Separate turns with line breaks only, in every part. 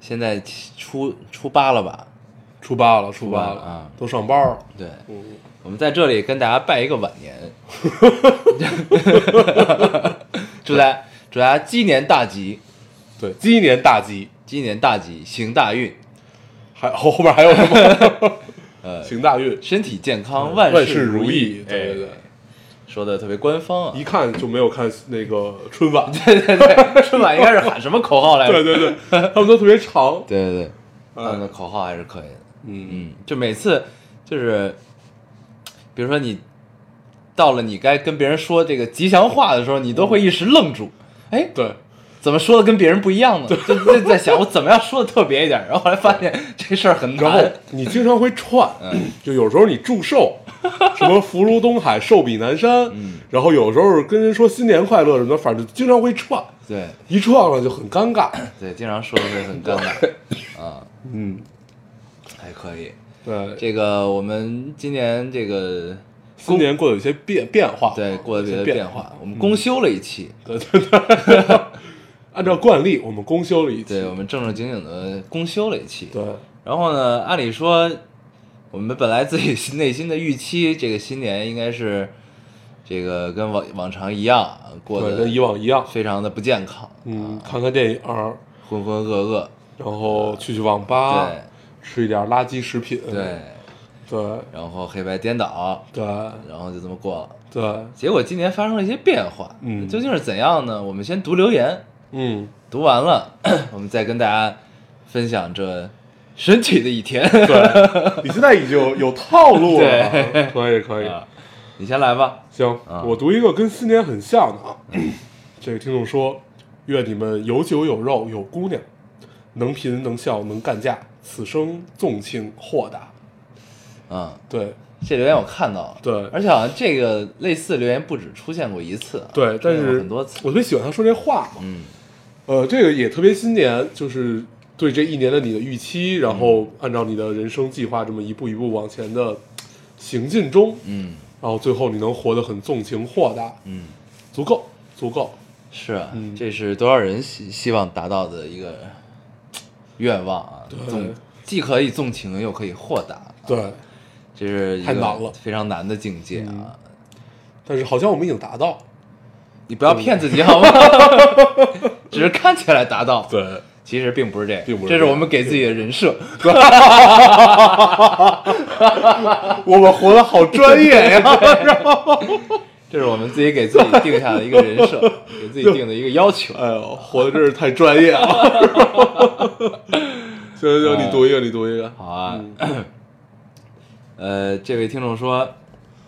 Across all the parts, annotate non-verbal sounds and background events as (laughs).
现在初初八了吧？
初八了，初
八
八
了
了
啊
都上班了。
对，
嗯，
我们在这里跟大家拜一个晚年，
(laughs)
祝大家祝大家鸡年大吉，
对，鸡年大吉，
鸡年大吉，行大运，
还后后面还有什么？
(laughs) 呃，
行大运，
身体健康，
嗯事
事
如
意。
对对
哎
对，
说的特别官方啊
一。看就没有看那个春晚。 (laughs)
对对对，春 (laughs) 晚应该是喊什么口号来着？
对对
(laughs)
对，他们都特别长。
对对对，他们的
嗯
口号还是可以的。
嗯，
嗯，就每次就是，比如说你到了你该跟别人说这个吉祥话的时候，你都会一时愣住，哎，
对，
怎么说的跟别人不一样呢？就就在想我怎么样说的特别一点， (laughs) 然后后来发现这事儿很
然后
难。
你经常会串
嗯，
就有时候你
(laughs)
祝寿，什么福如东海，寿比南山，
嗯
然后有时候跟人说新年快乐什么的，反正经常会串，
对
一串了就很尴
(coughs)
尬。
对，经常说的会很尴 (laughs) 尬啊，
嗯，
还可以。
对，
这个我们今年这个
今年过得有些变变化，
对过得有
有
些
些
变
哦化
化，。我们公休了一期，
(laughs) 对对对，按照惯例，我们公休了一期。
对我们正正经经的公休了一期。
对
然后呢，按理说，我们本来自己心内心的预期，这个新年应该是这个跟往往常一样过
对，
得
跟以往一样，
非常的不健康，
嗯，看看电影，
浑浑噩噩。
然后去去网吧，吃一点垃圾食品。
对对，
对
然后黑白颠倒，
对
然后就这么过了。
对，
结果今年发生了一些变化，
嗯
究竟是怎样呢？我们先读留言，
嗯，
读完了， (coughs) 我们再跟大家分享这神奇的一天。
对，你现在已经有套路了
对，
可以可以，
啊你先来吧。
行
啊，嗯
我读一个跟新年很像的啊。 (clears throat) 这个听众说：“愿你们有酒有肉有姑娘，能贫能笑能干架，此生纵情豁达。
嗯，”
对，
这留言我看到了，
对
而且好像这个类似的留言不止出现过一次啊，
对，但
出现过
是
很多次，
我特别喜欢他说这话嘛。
嗯，
呃，这个也特别新年，就是对这一年的你的预期，然
嗯
后按照你的人生计划这么一步一步往前的行进中，
嗯
然后最后你能活得很纵情豁达，
嗯，
足够，足够。
是啊，
嗯
这是多少人希希望达到的一个嘖愿望啊，
对
纵既可以纵情又可以豁达，
对，
这是一个
太难了嗯
非常难的境界啊！
但是好像我们已经达到。
你不要骗自己好吗？ (laughs) 只是看起来达到，
对，
其实并不是这样，
并不是
这
这样
是我们给自己的人设，
(laughs) 我们活得好专业呀。
这是我们自己给自己定下的一个人设，给自己定的一个要求。
哎呦，活
(laughs)
得真是太专业了。行行行，你读
嗯
一个，你读一个。
好啊，
嗯
呃，这位听众说，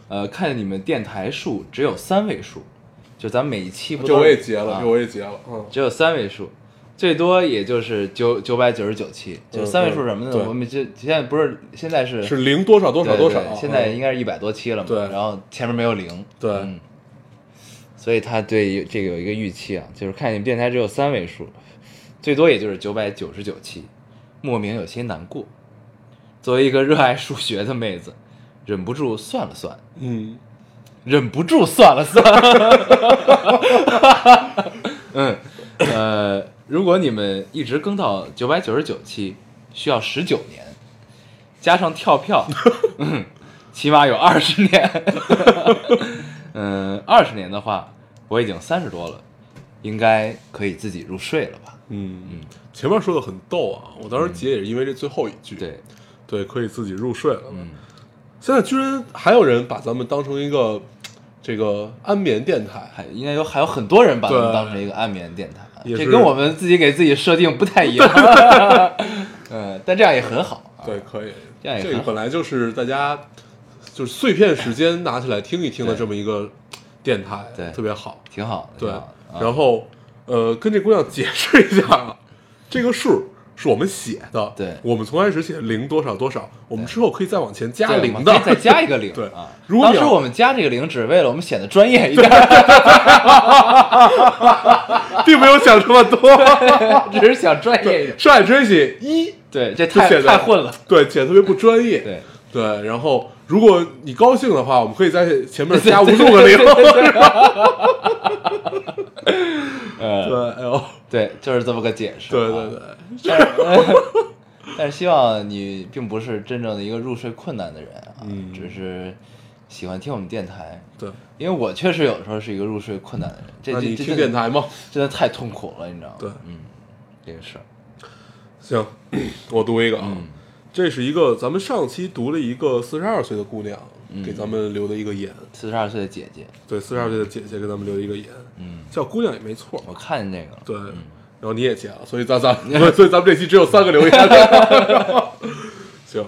呃，看你们电台数只有三位数，就咱们每一期不
这
都
我也截了，
啊
这我也截了。嗯，
只有三位数，最多也就是九九百九十九期，就是三位数什么
嗯
呢？
对
我们这现在不是现在是
是零多少多少
对
多少
对
啊？
现在
嗯
应该是一百多期了嘛，
对
然后前面没有零，
对
嗯所以他对这个有一个预期啊，就是看你们电台只有三位数，最多也就是九百九十九期，莫名有些难过。作为一个热爱数学的妹子，忍不住算了算，
嗯，
忍不住算了算。 (laughs) 嗯，呃，如果你们一直更到九百九十九期，需要十九年，加上跳 (laughs) 票，嗯，起码有二十年。 (laughs) 嗯，二十年的话，我已经三十多了，应该可以自己入睡了吧？
嗯，前面说的很逗啊，我当时截也是因为这最后一句，
嗯对，
对，可以自己入睡了。
嗯，
现在居然还有人把咱们当成一个这个安眠电台，
还应该有还有很多人把它们
对
当成一个安眠电台，
也
这
是
跟我们自己给自己设定不太一 (laughs) 样。嗯，但这样也很好啊。
对，可以，
这样也
这
很
个
好
本来就是大家就是碎片时间拿起来听一听的
对
这么一个电台，
对
特别好。
挺好的。嗯
对
挺好的，
然后呃，跟这姑娘解释一下啊，这个数是我们写的，
对
我们从开始写零多少多少，我们
对
之后可以再往前加
对
零
我们
的
可以，再加一
(laughs)
个零。
对
啊，
如果
当
你
时
要
我们加这个零，只为了我们显得专业一点，
并没有想这么
(laughs)
多。
只是想专业一点。
上海真写一，
对，这
就
太
显得
太混了。，
对，显得特别不专业。
对，
对，然后如果你高兴的话，我们可以在前面加无
(laughs)
数个
对
零。
对 (laughs)
对，
呃，
哎呦，
对，就是这么个解释。啊
对
(laughs)
对对，
但是希望你并不是真正的一个入睡困难的人啊，
嗯
只是喜欢听我们电台。
对，
因为我确实有时候是一个入睡困难的人，这
那
这
你
这真
听电
的
台吗？
真的太痛苦了，你知道吗？
对
嗯，这个是，
行，我读一个啊，
嗯
这是一个咱们上期读了一个四十二岁的姑娘、
嗯
给咱们留的一个言，
四十二岁的姐姐，
对，四十二岁的姐姐给咱们留的一个言，
嗯，
叫姑娘也没错，
我看见这个了，
对，然后你也接了，所以咱 (laughs) 咱所以咱们这期只有三个留言。 (laughs) 行，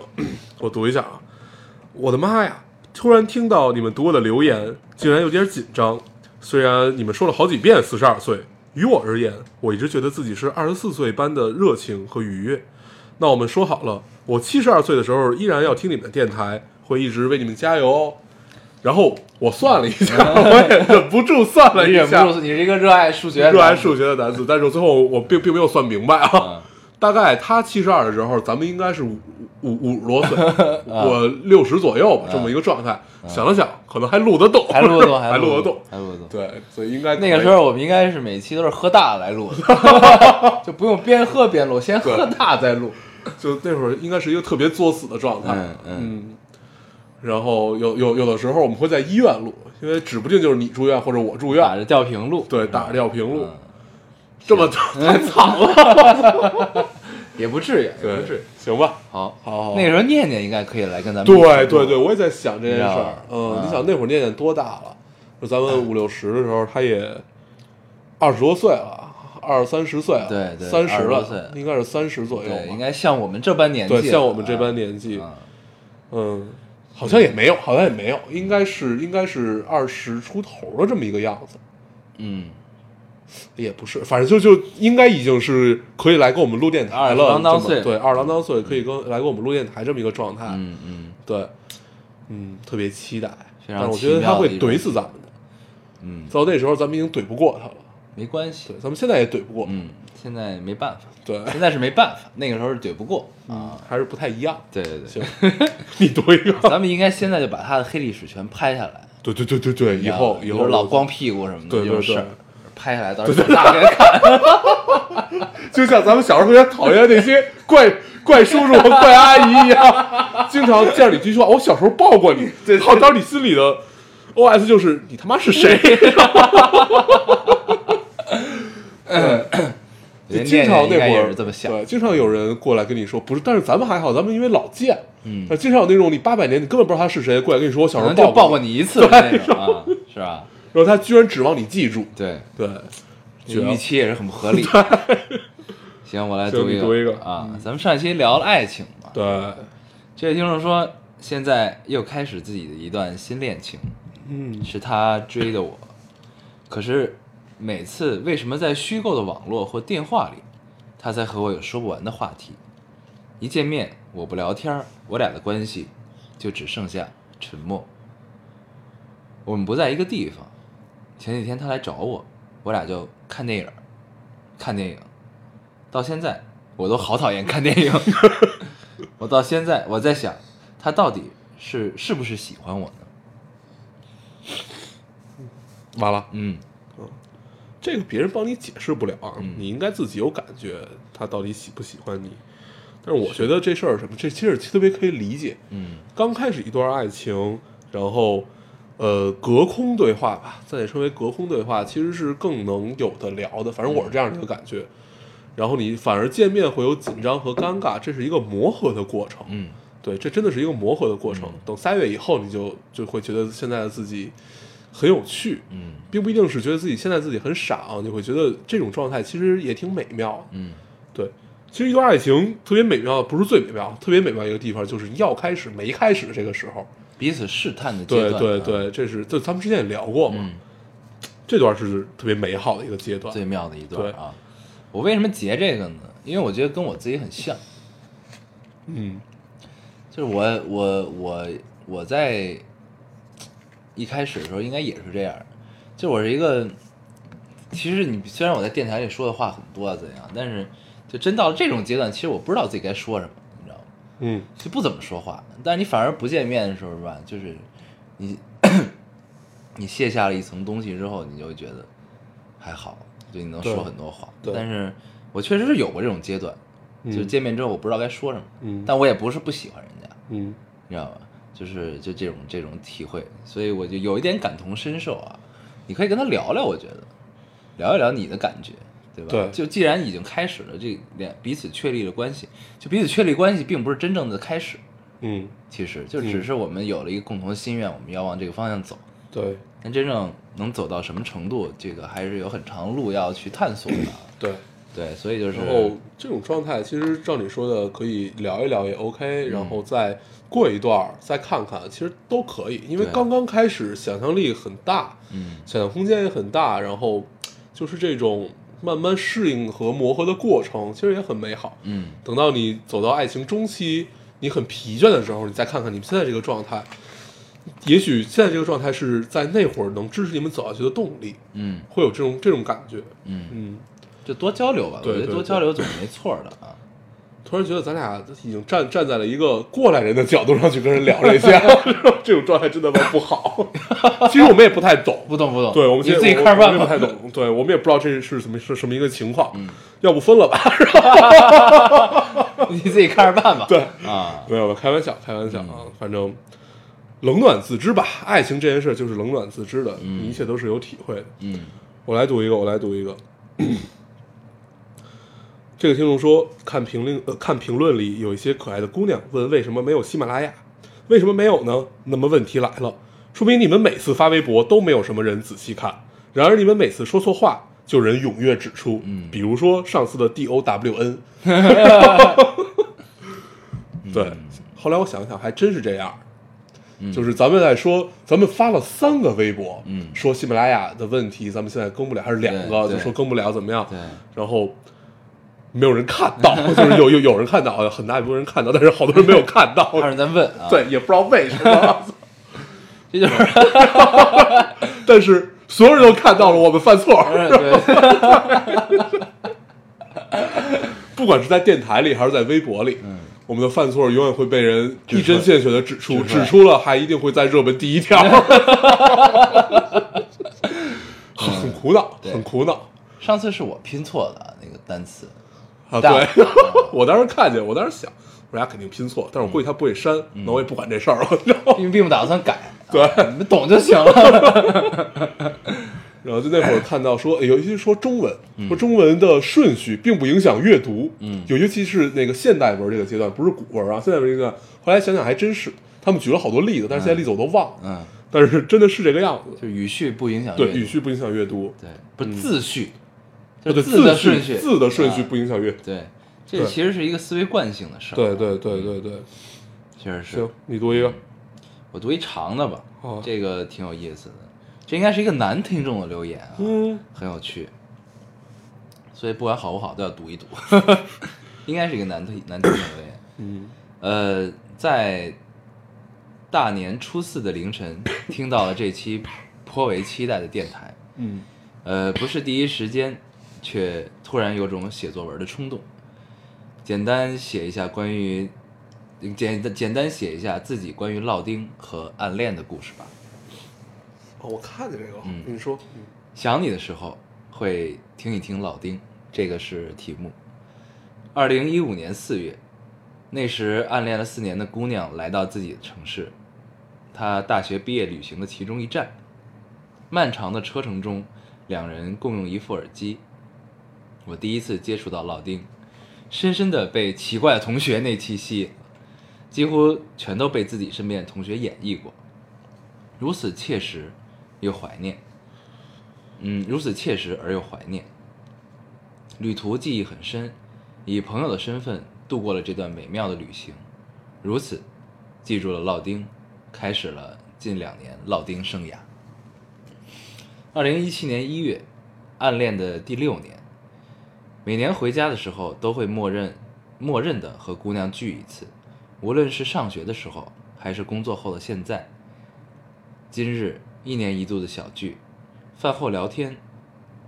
我读一下啊，我的妈呀！突然听到你们读我的留言，竟然有点紧张。虽然你们说了好几遍四十二岁，于我而言，我一直觉得自己是二十四岁般的热情和愉悦。那我们说好了，我七十二岁的时候依然要听你们的电台，会一直为你们加油哦。然后我算了一下，我也忍不住算了
你
一
忍
下
不，住，你是一个热爱数学的男子，
热爱数学的男子，但是最后我并并没有算明白啊
嗯。
(laughs) 大概他七十二的时候，咱们应该是五五五十多岁，
嗯
我六十左右吧，这么一个状态。想了想，可能还录得动，
还录得 (laughs)
(laughs)
动，
还
录
得
动，还录得动。
对，所以应该
那个时候我们应该是每期都是喝大来 (laughs) 录的，就不用边喝边录，先喝大再 (laughs) 录。
就那会儿应该是一个特别作死的状态。
嗯嗯，
嗯，然后有有有的时候我们会在医院录，因为指不定就是你住院或者我住
打
院，
着吊瓶录， (laughs)
对，打着吊瓶录
嗯，
这么太惨了，
(laughs) 也不至于，也不至于
(laughs) 对。，行吧。
好，
好好
那个时候念念应该可以来跟咱们一起
对
录
对对，，我也在想这件事
你知道哎
儿
吧。
嗯，
嗯
你想那会儿念念多大了？就咱们五六十的时候，他也二十多岁了，二三十岁了，
对对
三十
20多
了
岁，
应该是三十左右吧
对，应该像我们这般年纪了，啊
对，像我们这般年纪，嗯，好像也没有，好像也没有，应该是应该是二十出头的这么一个样子，
嗯，
也不是，反正就就应该已经是可以来跟我们录电台
二
了，
郎当
这么
岁嗯
对，二郎当岁可以跟来跟我们录电台这么一个状态，
嗯嗯嗯
对，嗯，特别期待。
非
但
常
是我觉得他会
奇妙的
怼
一种
死咱们的，
嗯，
到那时候咱们已经怼不过他了。
没关
对
系，，
咱们现在也怼不过。
嗯，现在没办法，
对，
现在是没办法，那个时候是怼不过啊，
还是不太一样。
对对对
行，， (laughs) 你读一个。
咱们应该现在就把他的黑历史全拍下来，
对对对对对，以后
比
以
如
后
啊老，光屁股什么的
对
这种
对对
事儿，拍下来到时候给大家
(laughs)
看，
就像咱们小时候特别讨厌那些怪怪叔叔和怪阿姨一样，经常见着你就说：“哦我小时候抱过你。”然后当时你心里的 OS 就是：“你他妈是谁
我觉得？”
经
念
常
念
那
应该
会
也
儿
是这么想，
对，经常有人过来跟你说：“不是，但是咱们还好，咱们因为老见，
嗯
但经常有那种你八百年你根本不知道他是谁，过来跟你说我小
可
时候
能就
抱
抱
过
过
你，
你一次的那种啊，是吧？
然后他居然指望你记住， (laughs)
对，
对，绝了
预期也是很不合理。行，我来
行
读一
你
个
读一个
啊，咱们上一期聊了爱情嘛，
对，
这位听众说现在又开始自己的一段新恋情，
嗯
是他追的我，可是每次为什么在虚构的网络或电话里，他才和我有说不完的话题？一见面我不聊天儿，我俩的关系就只剩下沉默。我们不在一个地方。前几天他来找我，我俩就看电影儿，看电影。到现在我都好讨厌看电影。我到现在我在想，他到底是是不是喜欢我呢？
完了，
嗯，
这个别人帮你解释不了啊，
嗯
你应该自己有感觉，他到底喜不喜欢你。但是我觉得这事儿什么，这其实特别可以理解。
嗯
刚开始一段爱情，然后呃隔空对话吧，暂且称为隔空对话，其实是更能有的聊的。反正我是这样的一个感
嗯
觉。然后你反而见面会有紧张和尴尬，这是一个磨合的过程。
嗯，
对，这真的是一个磨合的过程。等仨月以后，你就就会觉得现在的自己很有趣，
嗯
并不一定是觉得自己现在自己很傻啊，你会觉得这种状态其实也挺美妙的。
嗯
对，其实一段爱情特别美妙，不是最美妙，特别美妙一个地方就是要开始没开始的这个时候。
彼此试探的阶
对
段。
对
啊，
对，这是就咱们之前也聊过嘛，
嗯，
这段是特别美好的一个阶段。
最妙的一
对
段啊！我为什么截这个呢？因为我觉得跟我自己很像，
嗯
就是我我我我在一开始的时候应该也是这样，就我是一个，其实你虽然我在电台里说的话很多啊怎样，但是就真到了这种阶段，其实我不知道自己该说什么，你知道吗？
嗯
就不怎么说话，但是你反而不见面的时候吧，就是你 (coughs) 你卸下了一层东西之后，你就会觉得还好，就你能说
对
很多话。
对
但是我确实是有过这种阶段，
嗯
就是见面之后我不知道该说什么，
嗯
但我也不是不喜欢人家，
嗯
你知道吧？就是就这种这种体会，所以我就有一点感同身受啊。你可以跟他聊聊，我觉得聊一聊你的感觉，对吧？
对
就既然已经开始了，这两彼此确立了关系，就彼此确立关系，并不是真正的开始。
嗯，
其实就只是我们有了一个共同的心愿，我们要往这个方向走。
对
但真正能走到什么程度，这个还是有很长的路要去探索的。
对。
对，所以就是
然后这种状态，其实照你说的，可以聊一聊也 OK，然
嗯
后再过一段儿再看看，其实都可以，因为
对
刚刚开始，想象力很大，
嗯，
想象空间也很大，然后就是这种慢慢适应和磨合的过程，其实也很美好。
嗯，
等到你走到爱情中期，你很疲倦的时候，你再看看你们现在这个状态，也许现在这个状态是在那会儿能支持你们走下去的动力，
嗯
会有这种这种感觉。
嗯，
嗯，
就多交流吧，我
对
觉得
对
多
对
交流总是没错的
(laughs)
啊。
突然觉得咱俩已经站站在了一个过来人的角度上去跟人聊这些了，是吧 (laughs) 这种状态真的蛮不好。 (laughs) 其实我们也不太懂，
不懂不懂，
对我们
你
现在
自己
我
看着
我
办
们也不太
吧。 (laughs)
懂，对我们也不知道这是什么是什么一个情况，
嗯
要不分了吧？是吧？ (laughs)
你自己看着办吧。
对，
啊，
没有了，开玩笑，开玩笑啊，
嗯
反正冷暖自知吧。爱情这件事就是冷暖自知的，你一切都是有体会的。
嗯
我来读一个，我来读一个。这个听众说，看评论、呃，看评论里有一些可爱的姑娘问为什么没有喜马拉雅，为什么没有呢？那么问题来了，说明你们每次发微博都没有什么人仔细看，然而你们每次说错话，就有人踊跃指出，
嗯
比如说上次的 D O W N，对，后来我想想还真是这样，就是咱们在说，咱们发了三个微博，
嗯
说喜马拉雅的问题，咱们现在更不了，还是两个，
对对
就说更不了怎么样，
对，
然后没有人看
(laughs)
到，就是有有有人看到，好像很大一部分人看到，但是好多人没有
(laughs)
看到，
还是咱问啊。，
对，也不知道为什
(laughs)
么，
这就是
(laughs) 但是所有人都看到了我们犯错，
嗯对，
不管是在电台里还是在微博里，
嗯
我们的犯错永远会被人一针见血的指出，
指出来
指出了还一定会在热门第一条，很苦恼，
嗯对
很苦恼
上次是我拼错了那个单词，
啊！
大嗯
对， (laughs) 我当时看见，我当时想，我俩肯定拼错，但是我估计他不会删，
嗯
那我也不管这事儿了。然后，
并并不打算改。
对
啊你们懂就行了。
然后就那会儿看到说，哎有一些说中文，说中文的顺序并不影响阅读，
嗯
有尤其是那个现代文这个阶段，不是古文啊，现代文这个阶段，后来想想还真是，他们举了好多例子，但是现在例子我都忘了，
嗯，
但是真的是这个样子。
就语序不影响
对，
阅读
语序不影响阅读，
对，不是自序，
嗯对
就是
字
的
序
顺序，
字的顺序
啊
不影响阅读。
对，这
对
其实是一个思维惯性的事儿。
对，对对对对，
确实嗯是
行。，你读一个。
我读一长的吧
好啊，
这个挺有意思的。这应该是一个男听众的留言啊，
嗯
很有趣。所以不管好不好都要读
(laughs)
一读，应该是一个男听男听众的留言。
嗯
呃，在大年初四的凌晨，听到了这期颇为期待的电台。
嗯
呃，不是第一时间，却突然有种写作文的冲动。简单写一下关于，简简单写一下自己关于烙丁和暗恋的故事吧。
哦，我看见这个了
嗯，
你说，
想你的时候会听一听老丁，这个是题目。二零一五年四月，那时暗恋了四年的姑娘来到自己的城市，她大学毕业旅行的其中一站。漫长的车程中，两人共用一副耳机。我第一次接触到老丁，深深的被奇怪的同学那期吸引了，几乎全都被自己身边的同学演绎过，如此切实又怀念。嗯，如此切实而又怀念。旅途记忆很深，以朋友的身份度过了这段美妙的旅行，如此记住了烙丁，开始了近两年烙丁生涯。二零一七年一月，暗恋的第六年，每年回家的时候都会默认默认的和姑娘聚一次，无论是上学的时候还是工作后的现在。今日一年一度的小聚，饭后聊天，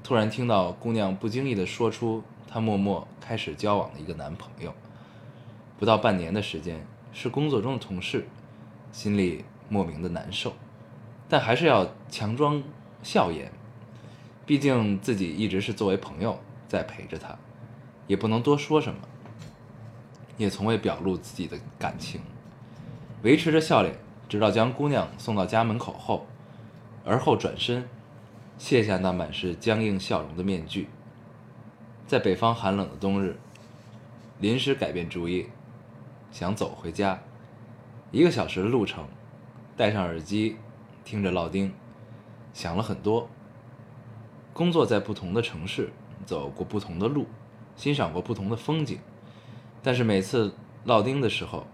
突然听到姑娘不经意地说出她默默开始交往的一个男朋友，不到半年的时间，是工作中的同事，心里莫名的难受，但还是要强装笑颜，毕竟自己一直是作为朋友在陪着他，也不能多说什么，也从未表露自己的感情，维持着笑脸，直到将姑娘送到家门口后，而后转身，卸下那满是僵硬笑容的面具，在北方寒冷的冬日，临时改变主意，想走回家，一个小时的路程，戴上耳机，听着老丁，想了很多。工作在不同的城市，走过不同的路，欣赏过不同的风景，但是每次落丁的时候，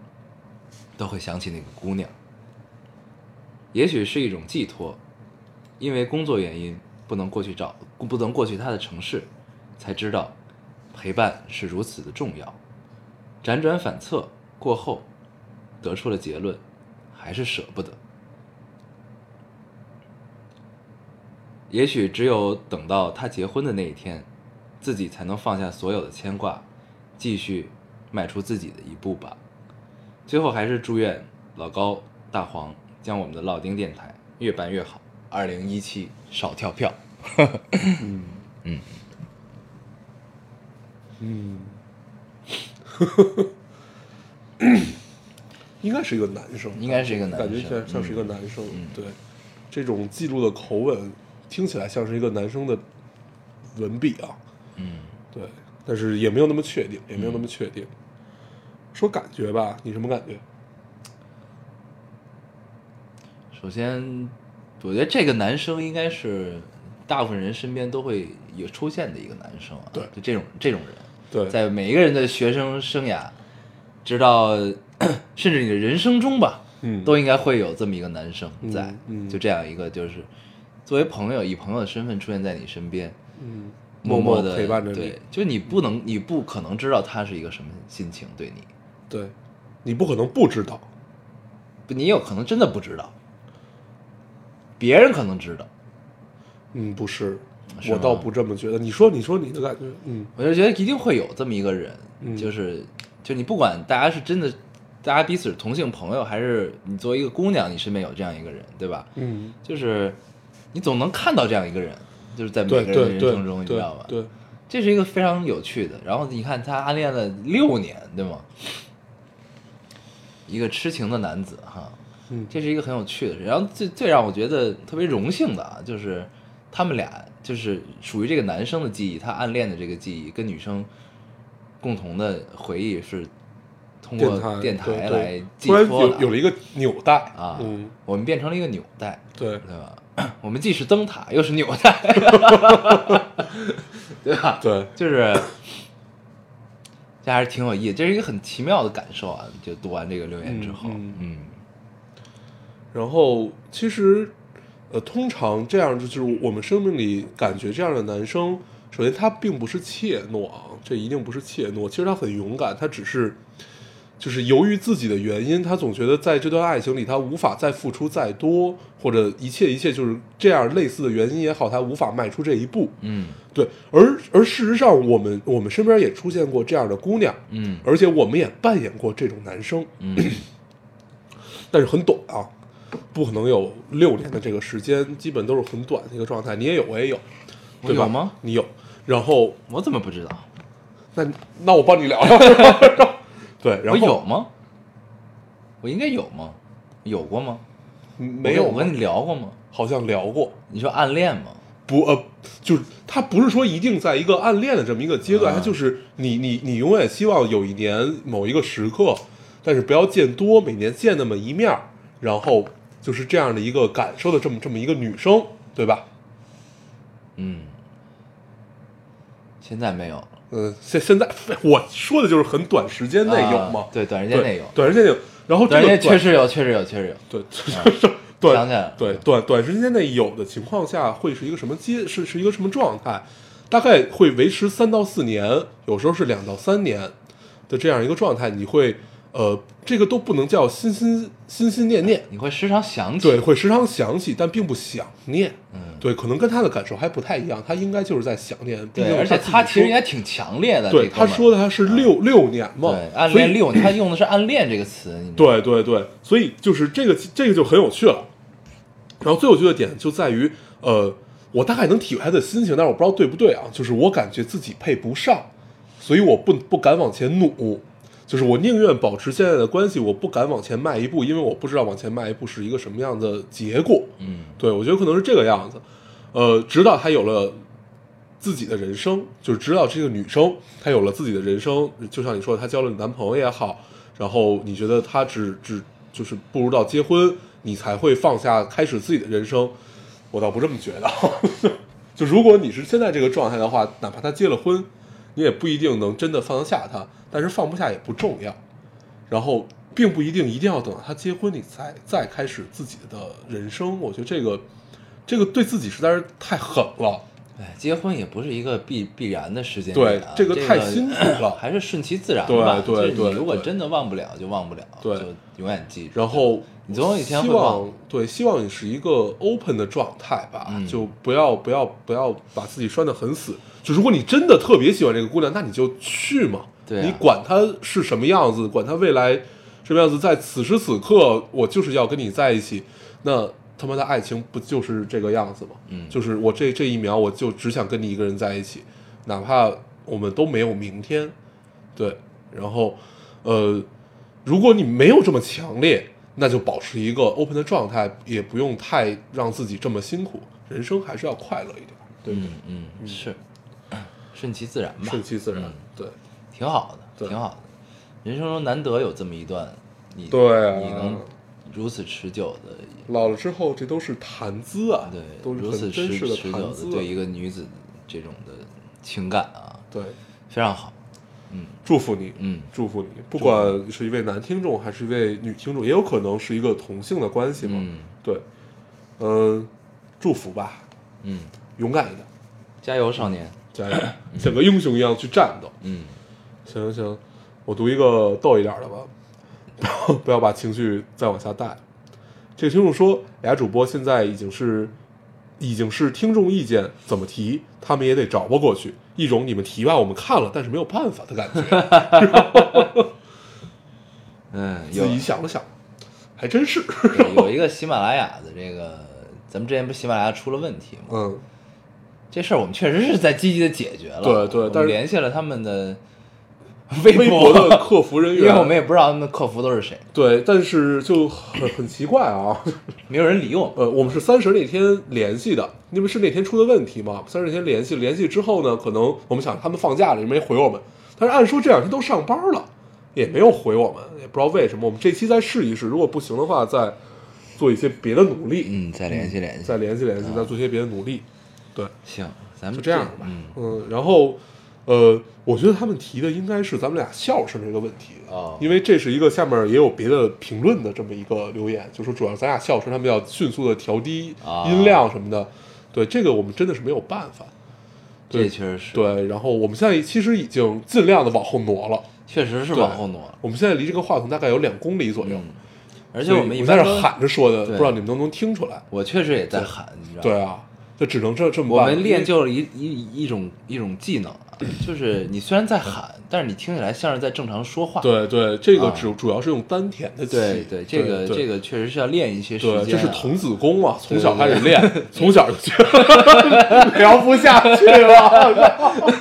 都会想起那个姑娘。也许是一种寄托，因为工作原因不能过去找，不能过去她的城市，才知道陪伴是如此的重要。辗转反侧过后，得出了结论，还是舍不得。也许只有等到他结婚的那一天，自己才能放下所有的牵挂，继续迈出自己的一步吧。最后还是祝愿老高、大黄将我们的老丁电台越办越好，二零一七少跳票。
应该是一个男生，
应该是一个男生嗯
感觉像像是一个男生。对，这种记录的口吻听起来像是一个男生的文笔啊。
嗯，
对，但是也没有那么确定，也没有那么确定。说感觉吧，你什么感觉？
首先，我觉得这个男生应该是大部分人身边都会有出现的一个男生啊。
对
就这种这种人，
对，
在每一个人的学生生涯，直到 (clears throat) 甚至你的人生中吧，
嗯，
都应该会有这么一个男生在，
嗯嗯
就这样一个就是作为朋友，以朋友的身份出现在你身边，
嗯，
默
默
的
陪伴着你
对，，就你不能，你不可能知道他是一个什么心情对你，
对，你不可能不知道，
不你有可能真的不知道，别人可能知道，
嗯，不是，
是
我
吗
倒不这么觉得。你说，你说你的感觉，嗯
我就觉得一定会有这么一个人，
嗯
就是就你不管大家是真的，大家彼此是同性朋友，还是你作为一个姑娘，你身边有这样一个人，对吧？
嗯，
就是你总能看到这样一个人，就是在每
对
个人的
对
人
对
生中，你知道吧？
对，对
这是一个非常有趣的。然后你看他暗恋了六年，对吗？一个痴情的男子哈，
嗯
这是一个很有趣的事。然后最最让我觉得特别荣幸的啊，就是他们俩就是属于这个男生的记忆，他暗恋的这个记忆跟女生共同的回忆是通
嗯电
过
台
电台
对对
来寄
突然
托的
有有了一个纽带
啊，
嗯，
我们变成了一个纽带，
对
对吧？ (coughs) 我们既是灯塔，又是纽
(laughs)
带， (laughs) 对吧？
对，
就是这还是挺有意思，这是一个很奇妙的感受啊！就读完这个留言之后，
嗯
嗯
然后其实，呃，通常这样就是我们生命里感觉这样的男生，首先他并不是怯懦啊，这一定不是怯懦，其实他很勇敢，他只是就是由于自己的原因，他总觉得在这段爱情里他无法再付出再多，或者一切一切就是这样类似的原因也好，他无法迈出这一步。
嗯
对，而而事实上，我们我们身边也出现过这样的姑娘，
嗯
而且我们也扮演过这种男生。
嗯
(coughs) 但是很短啊，不可能有六年的这个时间，基本都是很短的一个状态。你也有，我也有，
我
对吧？
有吗？
你有。然后，
我怎么不知道？
那那我帮你聊 (laughs) 聊。对，然
我
后
有吗？我应该有吗？有过吗？
没
我
有
跟我跟你聊过吗？
好像聊过，
你说暗恋吗？
不呃，就是他不是说一定在一个暗恋的这么一个阶段，
啊
他就是你你你永远希望有一年某一个时刻，但是不要见多，每年见那么一面儿，然后就是这样的一个感受的这么这么一个女生，对吧？
嗯，现在没有了，
嗯，现现在我说的就是很短时间内有吗
啊？对，短时
对，
间内有，
短时间内有。然后这
短时
个
间确实有，确实有，确实有。
对，对对
想起来了
对短短时间内有的情况下会是一个什么接是是一个什么状态？大概会维持三到四年，有时候是两到三年的这样一个状态。你会呃，这个都不能叫心心心心念念，
你会时常想起，
对，会时常想起，但并不想念。嗯，对，可能跟他的感受还不太一样，他应该就是在想念。毕
对，
竟
而且
他
他
自己
其实
说
也挺强烈的。
对
这哥
他
们儿
说的，他是六六年嘛
嗯对，暗
所以
恋六，他用的是暗恋这个词，你知道吗
对对对，所以就是这个这个就很有趣了。然后最有趣的点就在于，呃，我大概能体会他的心情，但是我不知道对不对啊。就是我感觉自己配不上，所以我不不敢往前努，就是我宁愿保持现在的关系，我不敢往前迈一步，因为我不知道往前迈一步是一个什么样的结果。
嗯，
对，我觉得可能是这个样子。呃，直到他有了自己的人生，就是直到这个女生她有了自己的人生，就像你说的，她交了男朋友也好，然后你觉得她只只就是步入到结婚，你才会放下开始自己的人生。 (laughs) 我倒不这么觉得，就如果你是现在这个状态的话，哪怕她结了婚，你也不一定能真的放得下她，但是放不下也不重要。然后并不一定一定要等到他结婚你才再开始自己的人生。我觉得这个这个对自己实在是太狠了。
哎，结婚也不是一个必必然的时间
对
点啊
这
这
个太辛苦了
还是顺其自然
对
吧。
对
就是
对
你如果
对
真的忘不了，就忘不了，
对
就永远记住。
然后
你总有一天
希
会忘
望对，希望你是一个 open 的状态吧，
嗯
就不要不要不要把自己拴得很死。就如果你真的特别喜欢这个姑娘，那你就去嘛，
对啊
你管她是什么样子，管她未来什么样子，在此时此刻，我就是要跟你在一起。那他妈的爱情不就是这个样子吗？
嗯
就是我这这一秒，我就只想跟你一个人在一起，哪怕我们都没有明天。对，然后，呃，如果你没有这么强烈，那就保持一个 open 的状态，也不用太让自己这么辛苦。人生还是要快乐一点，对，
嗯嗯，是 (clears throat) 顺其自然吧，
顺其自然
嗯，
对，
挺好的，
对
挺好的。人生中难得有这么一段，你
对啊
你能如此持久的，
老了之后这都是谈资啊，
对，
都是
如
很
此
真
持
实的
持久
谈
的
资、啊
对一个女子这种的情感啊，
对，
非常好。
祝福你，
嗯，
祝福你，不管是一位男听众还是一位女听众，也有可能是一个同性的关系嘛，
嗯
对，嗯，祝福吧，
嗯，
勇敢一点，
加油，少年。
加油，像个英雄一样去战斗。
嗯，
行行，我读一个逗一点儿的吧，不要不要把情绪再往下带。这个听众说，俩主播现在已经是已经是听众意见怎么提，他们也得找拨过去，一种你们提吧，我们看了，但是没有办法的感觉。
嗯， (laughs) 有
自己想了想，还
(laughs)
真是，
对有一个喜马拉雅的这个，咱们之前不是喜马拉雅出了问题吗？
嗯，
这事儿我们确实是在积极的解决了，
对对
我们
但是
联系了他们的
微博的客服人
因为我们
员，
也不知道他们的客服都是谁，
对，但是就很很奇怪啊，
没有人理我们。
呃，我们是三十那天联系的，因为是那天出的问题嘛。三十那天联系，联系之后呢，可能我们想他们放假了，也没回我们。但是按说这两天都上班了，也没有回我们，也不知道为什么。我们这期再试一试，如果不行的话，再做一些别的努力，
嗯，再联系联系
再。联系联系，再做一些别的努力。对，
行，咱
就
们
这样吧。
嗯，
嗯，然后，呃，我觉得他们提的应该是咱们俩笑声这个问题啊
哦
因为这是一个下面也有别的评论的这么一个留言，就说主要咱俩笑声，他们要迅速的调低
啊
音量什么的。对，这个我们真的是没有办法。
这
对
确实是，
对，然后我们现在其实已经尽量的往后挪了，
确实是
对
往后挪了。
我们现在离这个话筒大概有两公里左右，
嗯，而且
所以
我
我
们一
在
般
这
都，
喊着说的，
对
不知道你们能不能听出来？
我确实也在喊，你知道吗？
对啊，就只能这这么
我
办。
们练
因为
就了一一一种一种技能啊，就是你虽然在喊，但是你听起来像是在正常说话。
对对，这个
啊
主主要是用丹田的气。
对对，这个
对
这个确实是要练一些时间
对，
啊。
这是童子功啊，从
对
小
对
开始
对
练，从小就觉得 (laughs) 聊不下
(laughs)
去了。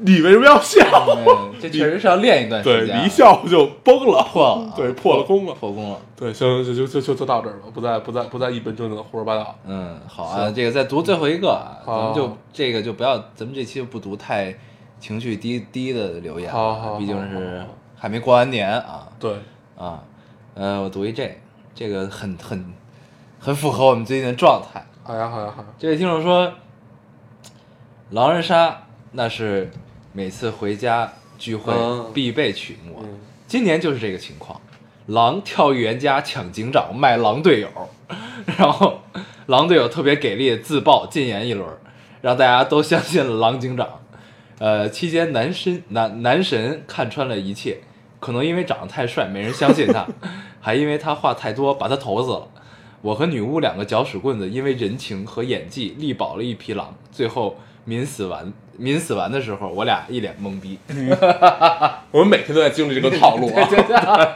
你为什么要笑？
嗯，这确实是要练一段
对，
时间啊。
你一笑就崩了。
(laughs) 破了啊，
(laughs) 对破了功了
破功了。
对，行，行，就就就就到这儿吧，不再不再不再一本正经的胡说八道。
嗯，好啊，这个再读最后一个啊，咱
好
们就这个就不要，咱们这期就不读太情绪低低的留言了，啊
好好好
毕竟是还没过完年啊
对，
啊，呃，我读一这，这个很很很符合我们最近的状态。
好呀好呀好呀，
这位听众说，狼人杀那是每次回家聚会
嗯
必备曲目啊，
嗯
今年就是这个 (laughs) 情况，狼跳预言家抢警长卖狼队友，然后狼队友特别给力，自爆禁言一轮，让大家都相信了狼警长。呃，期间男神男男神看穿了一切，可能因为长得太帅，没人相信他， (laughs) 还因为他话太多，把他投死了。我和女巫两个搅屎棍子，因为人情和演技力保了一匹狼，最后临死完临死完的时候，我俩一脸懵逼。
我们每天都在经历这个套
(laughs)
路啊。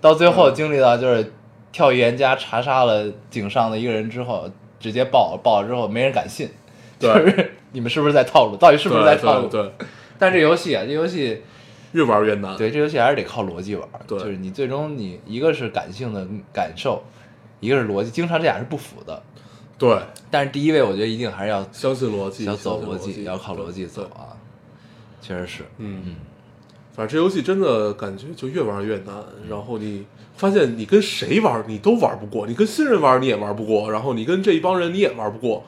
到最
嗯
后经历到就是跳预言家查杀了井上的一个人之后，直接爆爆了之后没人敢信，就
对
是 (laughs) 你们是不是在套路？到底是不是在套路？
对，对对
但这游戏啊，这游戏
越玩越难。
对这游戏还是得靠逻辑玩，
对
就是你最终你一个是感性的感受，一个是逻辑，经常这俩是不符的。
对，
但是第一位我觉得一定还是要
相信逻辑，
要走
相信逻
辑，要靠逻辑
对
走啊，确实是，
嗯，反正这游戏真的感觉就越玩越难，然后你发现你跟谁玩你都玩不过，你跟新人玩你也玩不过，然后你跟这一帮人你也玩不过，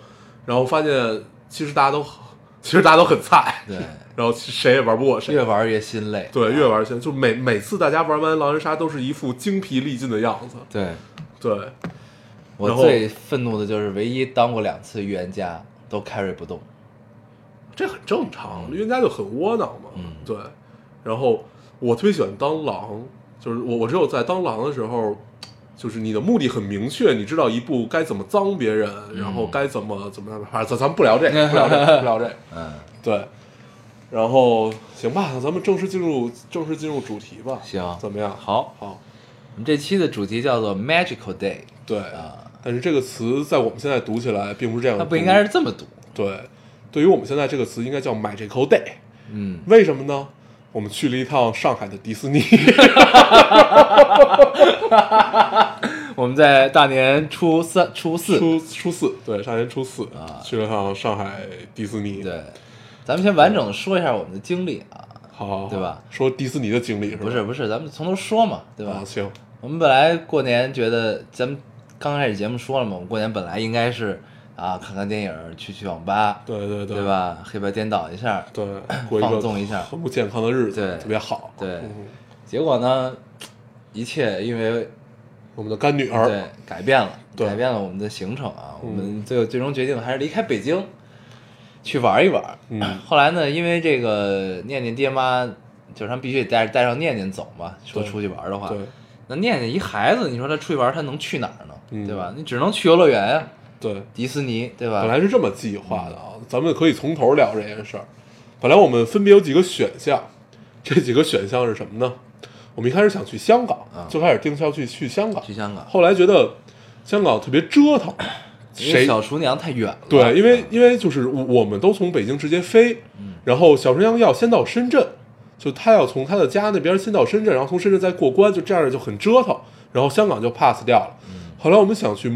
然后发现其实大家都 (laughs) 其实大家都很菜，
对，
然后谁也玩不过谁
越。玩越心累，
对，越玩越就每每次大家玩完狼人杀都是一副精疲力尽的样子。
对。
对，
我
然后
最愤怒的就是唯一当过两次预言家都 carry 不动，
这很正常，嗯预言家就很窝囊嘛。对，然后我特别喜欢当狼，就是我我只有在当狼的时候，就是你的目的很明确，你知道一步该怎么脏别人，然后该怎么怎么样，反正咱咱们不聊这 (laughs) 个，不聊这个，不聊这个。
嗯，
对，然后行吧，咱们正式进入正式进入主题吧。
行
怎么样？
好，
好，
我们这期的主题叫做 magical day，
对
啊。
但是这个词在我们现在读起来并不是这样
它
读，
不应该是这么读，
对。对于我们现在这个词，应该叫 magical day。
嗯，
为什么呢？我们去了一趟上海的迪士尼，
我们在大年初三、初四，
初初四，对，上年初四
啊
去了趟上海迪士尼，，
对，咱们先完整的说一下我们的经历啊，
好好，好
对吧？
说迪士尼的经历是吧？
不是不是，咱们从头说嘛，对吧
啊，？行，
我们本来过年觉得，咱们刚开始节目说了嘛，我们过年本来应该是啊，看看电影，去去网吧，
对对对
对？吧？黑白颠倒一下，
对，过一个
放纵一下
很不健康的日子，
对
特别好。
对
嗯
结果呢，一切因为
我们的干女儿，
对改变了，
对
改变了我们的行程啊。我
嗯
们最后最终决定还是离开北京，去玩一玩。
嗯
(clears throat) 后来呢，因为这个念念爹妈，就是他们必须得带带上念念走嘛，说
对
出去玩的话，
对
那念念一孩子，你说他出去玩，他能去哪儿呢？
嗯
对吧？你只能去游乐园呀、
对，
迪士尼，对吧？
本来是这么计划的啊，
嗯
咱们可以从头聊这件事儿。本来我们分别有几个选项，这几个选项是什么呢？我们一开始想去香港，
啊
就开始定校去去香港，
去香港，
后来觉得香港特别折腾，
因为
谁
小厨娘太远了。
对，因为因为就是我我们都从北京直接飞，
嗯
然后小春阳要先到深圳，就他要从他的家那边先到深圳，然后从深圳再过关，就这样就很折腾，然后香港就 pass 掉了。后来我们想去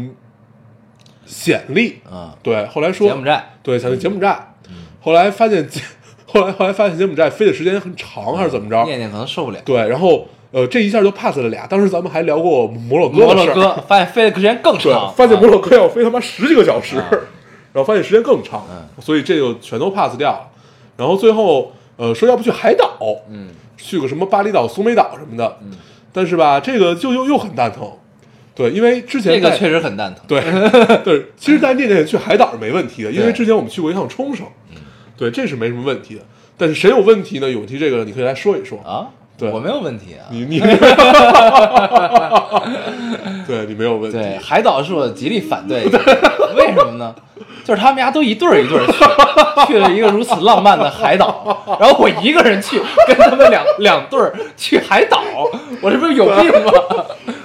显利，
嗯，
对，后来说
柬埔寨，
对，想去柬埔寨，
嗯
后来发现 (laughs) 柬，后来后来发现柬埔寨飞的时间很
嗯
长，还是怎么着？
念念可能受不了。
对，然后呃，这一下就 pass 了俩。当时咱们还聊过摩洛哥
摩
的事
洛
儿，
哥发现飞的时间更
对
长，，
发现
啊
摩洛哥要飞他妈十几个小时，
啊嗯
然后发现时间更长，所以这就全都 pass 掉了。然后最后呃说要不去海岛，
嗯，
去个什么巴厘岛、苏梅岛什么的，但是吧，这个就又又很蛋疼，对，因为之前
这个
在
确实很蛋疼。 (laughs)
对对，其实带念念去海岛是没问题的，因为
对
之前我们去过一趟冲绳，对，这是没什么问题的。但是谁有问题呢？有问题这个你可以来说一说，
啊，
对
我没有问题啊。
你 (laughs) 你，对你没有问题，
对，海岛是我极力反对的，为什么呢？就是他们家都一对儿一对儿去，去了一个如此浪漫的海岛，然后我一个人去，跟他们两两对儿去海岛，我这不是有病吗？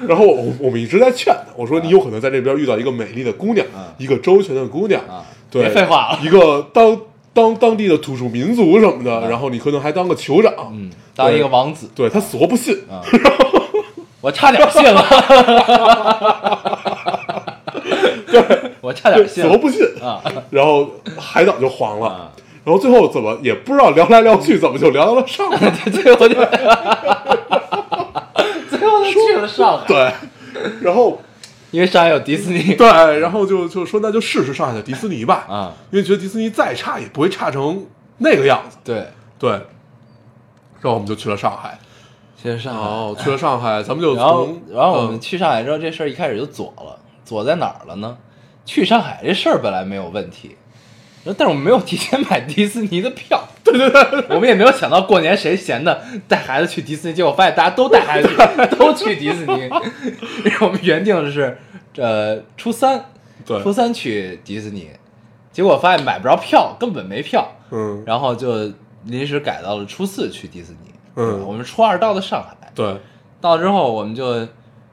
然后我我们一直在劝他，我说你有可能在这边遇到一个美丽的姑娘，一个周全的姑娘，
啊
对，
别废话了
一个当当当地的土著民族什么的，然后你可能还当个酋长，
啊嗯，当一个王子，
对他死活不信，
我差点信 (laughs) 了，我差点
对，
信
死活
了
不信，
啊，
(laughs) 然后海岛就黄了，
啊
然后最后怎么也不知道聊来聊去，怎么就聊到了上海，
(laughs) 最后就， (laughs) 最后他去了上海，
对，然后
因为上海有迪士尼
对，然后就就说那就试试上海的迪士尼吧，
啊，
因为觉得迪士尼再差也不会差成那个样子，
对，
对，然后我们就去了上海。
去上海。
哦，去了上海，咱们就
啊然后
从，
然后我们
嗯
去上海之后，这事儿一开始就左了，左在哪儿了呢？去上海这事儿本来没有问题，但是我们没有提前买迪士尼的票，
(laughs)
对对对，我们也没有想到过年谁闲的带孩子去迪士尼，结果发现大家都带孩子
(laughs)
去都去迪士尼，因为我们原定的是呃初三，
对
初三去迪士尼，结果发现买不着票，根本没票，
嗯，
然后就临时改到了初四去迪士尼，
嗯
我们初二到的上海，
对，
到了之后我们就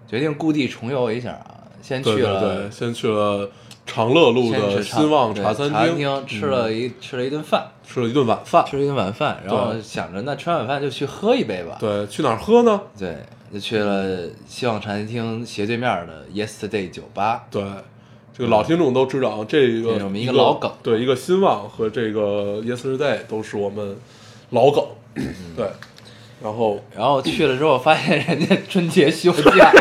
决定故地重游一下啊，先去
对对
了。
对，先去了长乐路
先
的
吃
新旺
对
茶
茶
餐嗯
厅吃了一、吃了一顿饭，
吃了一顿晚饭。
吃了一顿晚饭，然后
对
想着那吃完晚饭就去喝一杯吧。
对，去哪儿喝呢？
对，就去了希望茶餐厅斜对面的 Yesterday 酒吧。
对，这个老听众都知道啊，这个
这是我们一个老梗
对，一个新旺和这个 Yesterday 都是我们老梗，
嗯
对。然后
然后去了之后，发现人家春节休假，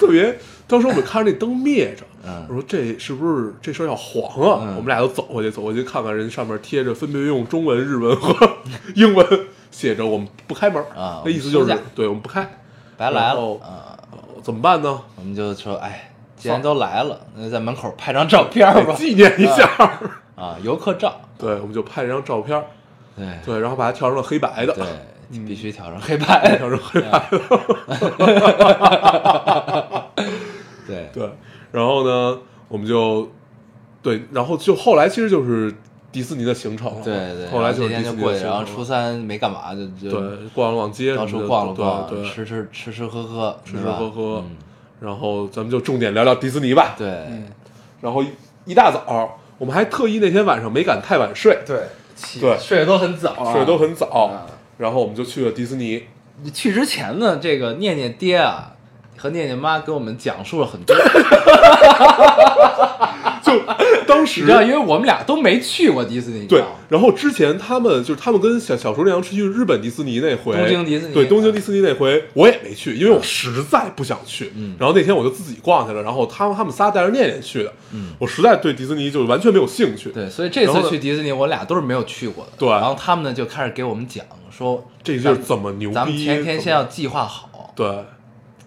特别，当时我们看着那灯灭着，
嗯
我说这是不是这事儿要黄啊？
嗯
我们俩就走过去，走过去看看人上面贴着，分别用中文、日文和 (laughs) 英文写着“我们不开门”
啊
那意思就
我们
是
休假
对我们不开，
白来
然
了
后
啊、嗯
呃怎么办呢？
(laughs) 我们就说，哎，既然都来了，那在门口拍张照片吧，
纪念一下。
啊，游客照。
(laughs) 对，我们就拍了张照片儿，
对
对，然后把它调成了黑白 (laughs) 的，
对，必须调成嗯黑 (laughs) 白。
调成黑白的，
对
(laughs) 对，然后呢，我们就对，然后就后来其实就是迪士尼的行程了，
对对，
后来就是
那
迪
天
士
就
尼
过
的
去，
行
然后
程
初
了
三没干嘛，就就
对逛了逛街什
到
么的，
处逛了逛，
对对，
吃吃吃吃喝喝，
吃
对
吃
吧
喝喝
嗯，
然后咱们就重点聊聊迪士尼吧。
对，
然后一一大早，我们还特意那天晚上没敢太晚睡，
对，起
对
睡得都很早啊、
睡都很早
啊，
然后我们就去了迪
(laughs)
士尼。
去之前呢，这个念念爹啊和念念妈给我们讲述了很多，
就当
你知道，因
时
为我们俩都没去过迪士尼，你知
对
道吗，
然后之前他们就是他们跟小小时候那样去日本迪士尼那回，
东京迪士尼
对东京迪士尼那回我也没去，因为我实在不想去。
嗯
然后那天我就自己逛去了，然后他们他们仨带着念念去的。
嗯
我实在对迪士尼就是完全没有兴趣。
对，所以这
然后呢
次去迪士尼，我俩都是没有去过的，
对
然后他们呢就开始给我们讲说，
这就是怎么牛逼，
咱们前天
怎么
先要计划好，
对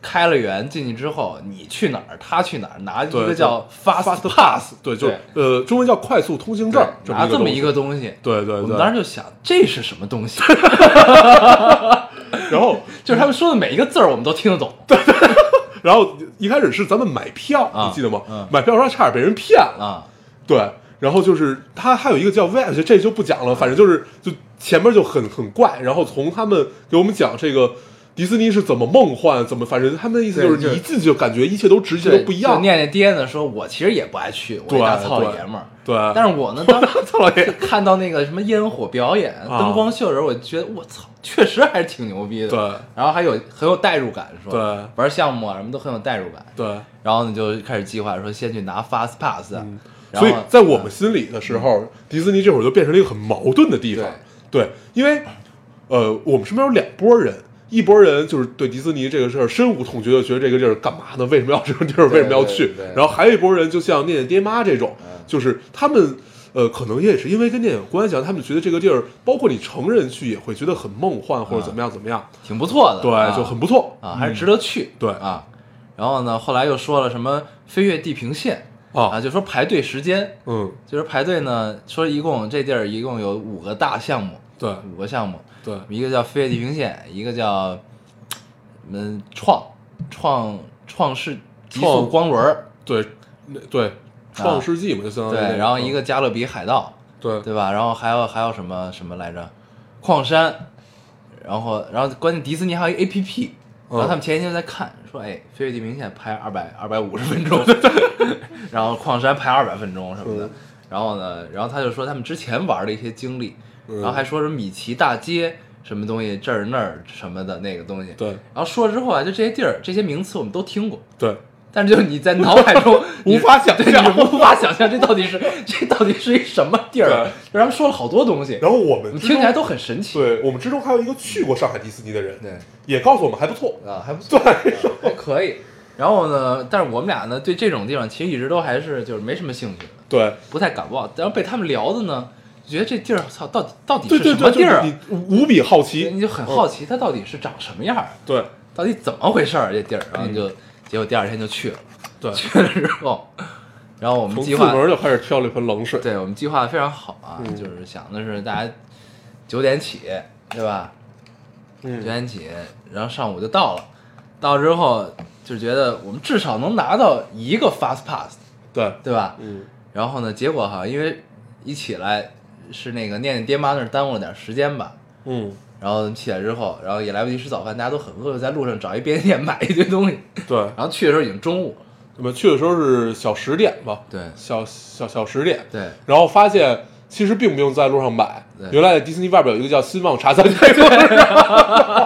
开了园进去之后，你去哪儿，他去哪儿，拿一
对
个叫 fast
Fast
pass，
对，就是呃，中文叫快速通行证
对，
这
拿这么
么
一
个
个东西，
东西，对对
我
对。
们当时就想这是什么东西， (laughs)
然后
就是他们说的每一个字儿我们都听得懂，
然后一开始是咱们买票，
啊
你记得吗？
嗯
买票时候差点被人骗了，
啊，
对。然后就是他还有一个叫 VIP，这就不讲了，反正就是就前面就很很怪，然后从他们给我们讲这个。迪士尼是怎么梦幻，怎么反正他们的意思就是
对就
你一进去就感觉一切都直接
对，
都不一样
就，念念爹呢说，我其实也不爱去，我
对
一大糙
对
老爷们儿。
对。
但是我
(laughs)
呢，当时
操老爷
看到那个什么烟火表演、
啊
灯光秀的时候，我觉得我操，确实还是挺牛逼的。
对，
然后还有很有代入感，说
对
玩项目啊什么都很有代入感。
对，
然后呢，就开始计划说先去拿 fast pass，、然啊
嗯所
后嗯
以在我们心里的时候，迪士尼这会儿就变成了一个很矛盾的地方。对，因为呃，我们身边有两拨人，一拨人就是对迪士尼这个事儿深恶痛绝，就觉得这个地儿干嘛呢？为什么要这个地儿？为
对
什么要去
对对？嗯
然后还有一拨人，就像念念爹妈这种，就是他们。呃，可能也是因为跟电影有关系啊，他们觉得这个地儿，包括你成人去也会觉得很梦幻，或者怎
嗯
么样怎么样，
挺不错的，
对，
啊
就很不错
啊，还是值得去。
对
啊，然后呢，后来又说了什么飞越地平线啊，
啊，
就说排队时间，
嗯，
就是排队呢，说一共这地儿一共有五个大项目，
对
五个项目，
对，
一个叫飞越地平线，一个叫嗯创创创世极速
创
光轮儿，
对，那对，创世纪嘛，就相当于那
啊对，然后一
嗯
个加勒比海盗，
对
对吧？然后还有还有什么什么来着？矿山，然后然后关键迪士尼还有一 A P P，然后他们前一天在看，说哎，《飞越地平线》拍二百二百五十分钟， (laughs) 然后矿山拍二百分钟什么的。然后呢，然后他就说他们之前玩的一些经历，然后还说什么米奇大街什么东西这儿那儿什么的那个东西。
对
然后说了之后啊，就这些地儿这些名词我们都听过，
对，
但是就是你在脑海
(laughs)
中
无法想象
对你是无法想象这到底是这到底是一什么地儿啊
对。
然后说了好多东西，
然后我
我
们
们
之
听起来
中
都很神奇。
对我们之中还有一个去过上海迪士尼的人，
对
也告诉我们还不错。
啊，还不错，
对，
还可以。然后呢，但是我们俩呢，对这种地方其实一直都还是就是没什么兴趣的，
对，
不太感冒。然后被他们聊的呢，就觉得这地儿操，到底到底
对
是
对
什么
对，
地儿、啊？
就是你无比嗯好奇
你，就很好奇它到底是长什么样儿，
对
啊到底怎么回事儿这地儿。然后就结结果第二天就去了，
嗯对，
去了之后，然后我们
从
计
进
划
门就开始飘了一盆冷水。
对我们计划的非常好啊，
嗯
就是想的是大家九点起，对吧？九
嗯，
点起，然后上午就到了，到之后就觉得我们至少能拿到一个 fast pass，
对，
对吧？
嗯，
然后呢，结果好像因为一起来是那个念念爹妈那儿耽误了点时间吧。
嗯，
然后起来之后，然后也来不及吃早饭，大家都很饿，在路上找一便利店买一堆东西。
对。
然后去的时候已经中午了，
我们去的时候是小十点吧？
对
小小小十点。
对
然后发现其实并不用在路上买
对，
原来在迪士尼外边有一个叫新旺茶餐厅，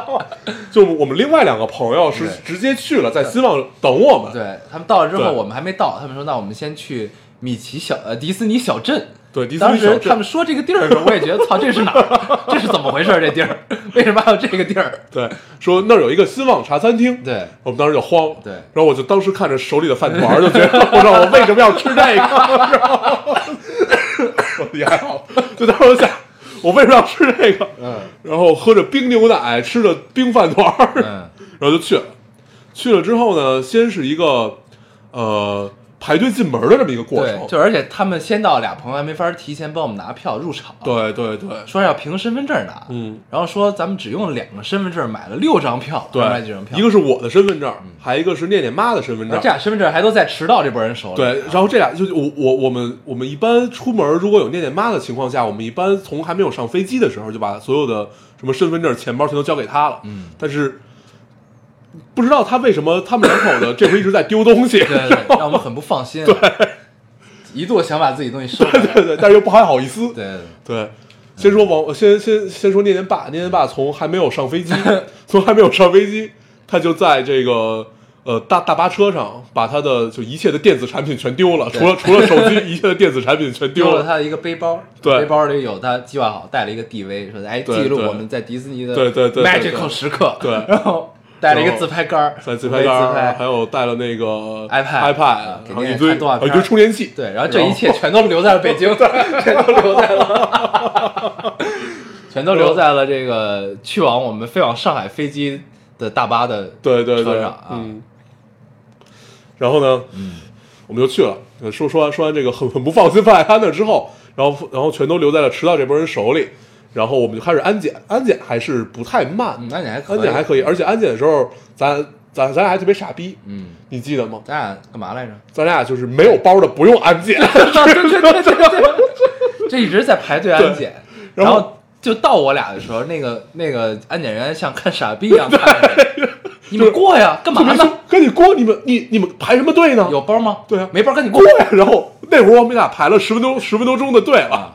(laughs)
就我们另外两个朋友是
对
直接去了，在新旺等我们。
对他们到了之后，
对
我们还没到，他们说那我们先去米奇小呃迪斯尼小镇。
对迪士
当
尼小
时他
镇
们，说这个地儿的时候，我也觉得 (laughs) 操，这是哪儿？这是怎么回事儿？这地儿为什么还有这个地儿？
对，说那儿有一个新旺茶餐厅，
对 (laughs)
我们当时就慌，
对
然后我就当时看着手里的饭团儿，就觉得 (laughs) 我让我为什么要吃这个？然后我也还好，就当时我想，我为什么要吃这个？
嗯，
然后喝着冰牛奶，吃着冰饭团儿，
嗯
然后就去了。去了之后呢，先是一个呃排队进门的这么一个过
对
程，，
就而且他们先到俩朋友还没法提前帮我们拿票入场，，
对对对
说要凭身份证拿，
嗯，
然后说咱们只用两个身份证买了六张票，还买
对
几张票，
一个是我的身份证，还一个是念念妈的身份
然
证
后这。俩身份证还都在迟到这波人手里，
对，然后这俩就我我我们我们一般出门如果有念念妈的情况下，我们一般从还没有上飞机的时候就把所有的什么身份证、钱包全都交给她了。
嗯，
但是不知道她为什么他们两口子 (coughs) 这回一直在丢东西，
对对，对让我们很不放心，对，一度想把自己东西收回来，
(laughs) 对对，但是又不太好意思。
对对，对
对，先说王，先先先说念念爸，念念爸从还没有
(laughs)
上飞机，从还没有上飞机，他就在这个呃大大巴车上把他的就一切的电子产品全丢了，
对
除了除了手机，一切的电子产品全
丢
丢
了。他的一个背包，
对
背包里有他计划好带了一个 DV，说哎
对
记录
对
我们在迪士尼的
对对对对
magical 时刻，
对
然后带了一个自拍杆儿，
在自
五
拍
枚
杆
自
儿，啊还
拍，
有带了那个
iPad
iPad，
啊给
然后
念
一
念
堆
看动画
啊一
片
堆充电器，
对，然后这一切全都留在了北
(laughs)
京，全都留在了， (laughs) 全都留在了这个去往我们飞往上海飞机的大巴的
对对
车
对
上，啊，嗯
嗯。然后呢，我们就去了。呃说说完说完这个很很不放心放在他那之后，然后然后全都留在了迟到这波人手里。然后我们就开始安检，安检还是不太慢，
嗯安检还可以
安检还可以，而且安检的时候，咱咱咱俩还特别傻逼，
嗯，
你记得吗？
咱俩干嘛来着？
咱俩就是没有包的不用安检，
对对对对对，这一直在排队安检，
对然
然
后
后就到我俩的时候，那个那个安检人员像看傻逼一样看着你，你们过呀， (laughs) 干嘛
就没说
呢？
赶紧过你们你你们排什么队呢？
有包吗？
对啊
没包赶紧过
过呀。然后那会儿我们俩排了十分钟十分多钟的队了，
啊！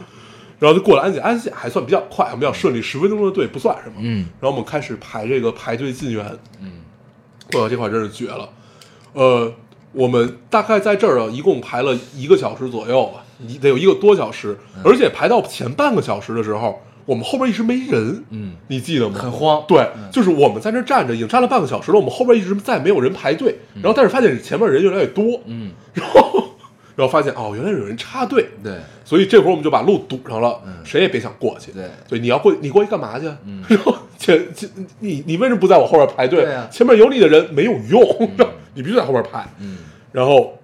然后就过了安检，安检还算比较快，比较顺利，十分钟的队不算什么。
嗯
然后我们开始排这个排队进园，
嗯，
哇，这块真是绝了。呃，我们大概在这儿啊，一共排了一个小时左右吧，一得有一个多小时，
嗯
而且排到前半个小时的时候，我们后边一直没人，
嗯，
你记得吗？
很慌
对，就是我们在那儿站着，已经站了半个小时了，我们后边一直在没有人排队，然后但是发现前面人越来越多，
嗯，
然后然后发现哦，原来有人插队，
对
所以这会儿我们就把路堵上了，谁也别想过去。
嗯对嗯
对，你要过去，你过去干嘛去？然后前前你你为什么不在我后边排队？
对啊
前面有你的人没有用， (laughs) 你必须在后边排。
嗯，
然后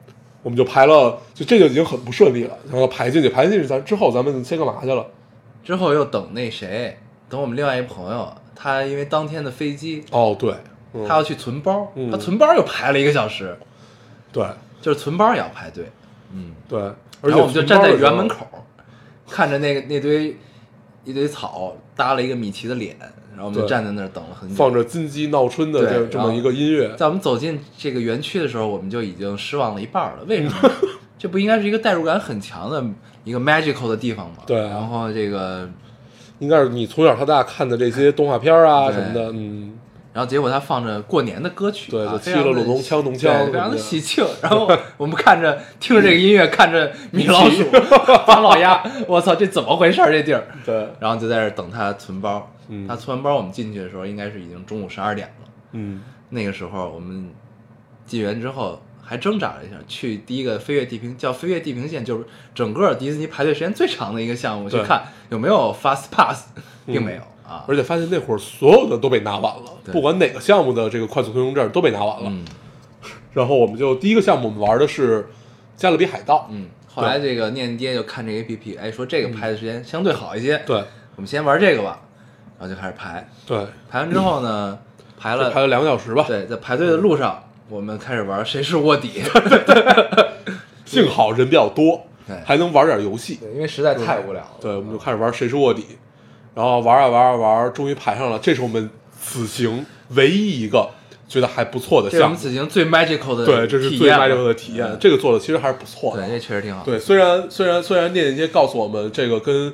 我们就排了，就这就已经很不顺利了。然后排进去，排进去咱之后咱们先干嘛去了？
之后又等那谁，等我们另外一朋友，他因为当天的飞机，
哦，对，嗯、
他要去存包，
嗯
他存包又排了一个小时，
对
就是存包也要排队。嗯，
对，而
然
且
后我们就站在园门
存包的时候。
口，看着那个那堆一堆草搭了一个米奇的脸，然后我们就
对
站在那儿等了很久。
放着金鸡闹春的
对
这这
然后
么一个音乐，
在我们走进这个园区的时候，我们就已经失望了一半了。为什
(laughs)
么呢？这不应该是一个代入感很强的一个 magical 的地方吗？
对啊
然后这个，
应该是你从小到大看的这些动画片啊
对
什么的，嗯，
然后结果他放着过年的歌曲、
对
啊，
就
非常
七了
地
鲁咚锵咚锵
对非常的喜庆。然后我们看着听着这个音乐，看着米老鼠、 (laughs) 唐老鸭，我操，这怎么回事儿？这地儿。
对，
然后就在这儿等他存包。
嗯
他存完包，我们进去的时候应该是已经中午十二点了。
嗯，
那个时候我们进园之后还挣扎了一下，去第一个飞越地平叫飞越地平线，就是整个迪士尼排队时间最长的一个项目，去
对嗯
看有没有 fast pass，并没有、啊。
而且发现那会儿所有的都被拿完了，
对
不管哪个项目的这个快速通行证都被拿完了。
嗯，
然后我们就第一个项目我们玩的是《加勒比海盗》，
嗯，后来这个念爹就看这个 A P P，哎，说这个排的时间相对好一些，，
嗯对
我们先玩这个吧，然后就开始排，
对，
排完之后呢，排
就
了
排了两个小时吧。
对，在排队的路上，我们开始玩谁是卧
(laughs)
底，
幸好人比较多
对，
还能玩点游戏。
对，因为实在太无聊了，
对，我们就开始玩谁是卧底，然后玩啊玩啊玩，终于排上了，这是我们此行唯一一个觉得还不错的
这是我
项
们
目。
此行最 magical 的
对，这是
体
最
验
m a
了
g 的体验
嗯，
这个做的其实还是不错
对，
的。
这确实挺好，
对，虽然虽然虽然念念街告诉我们这个跟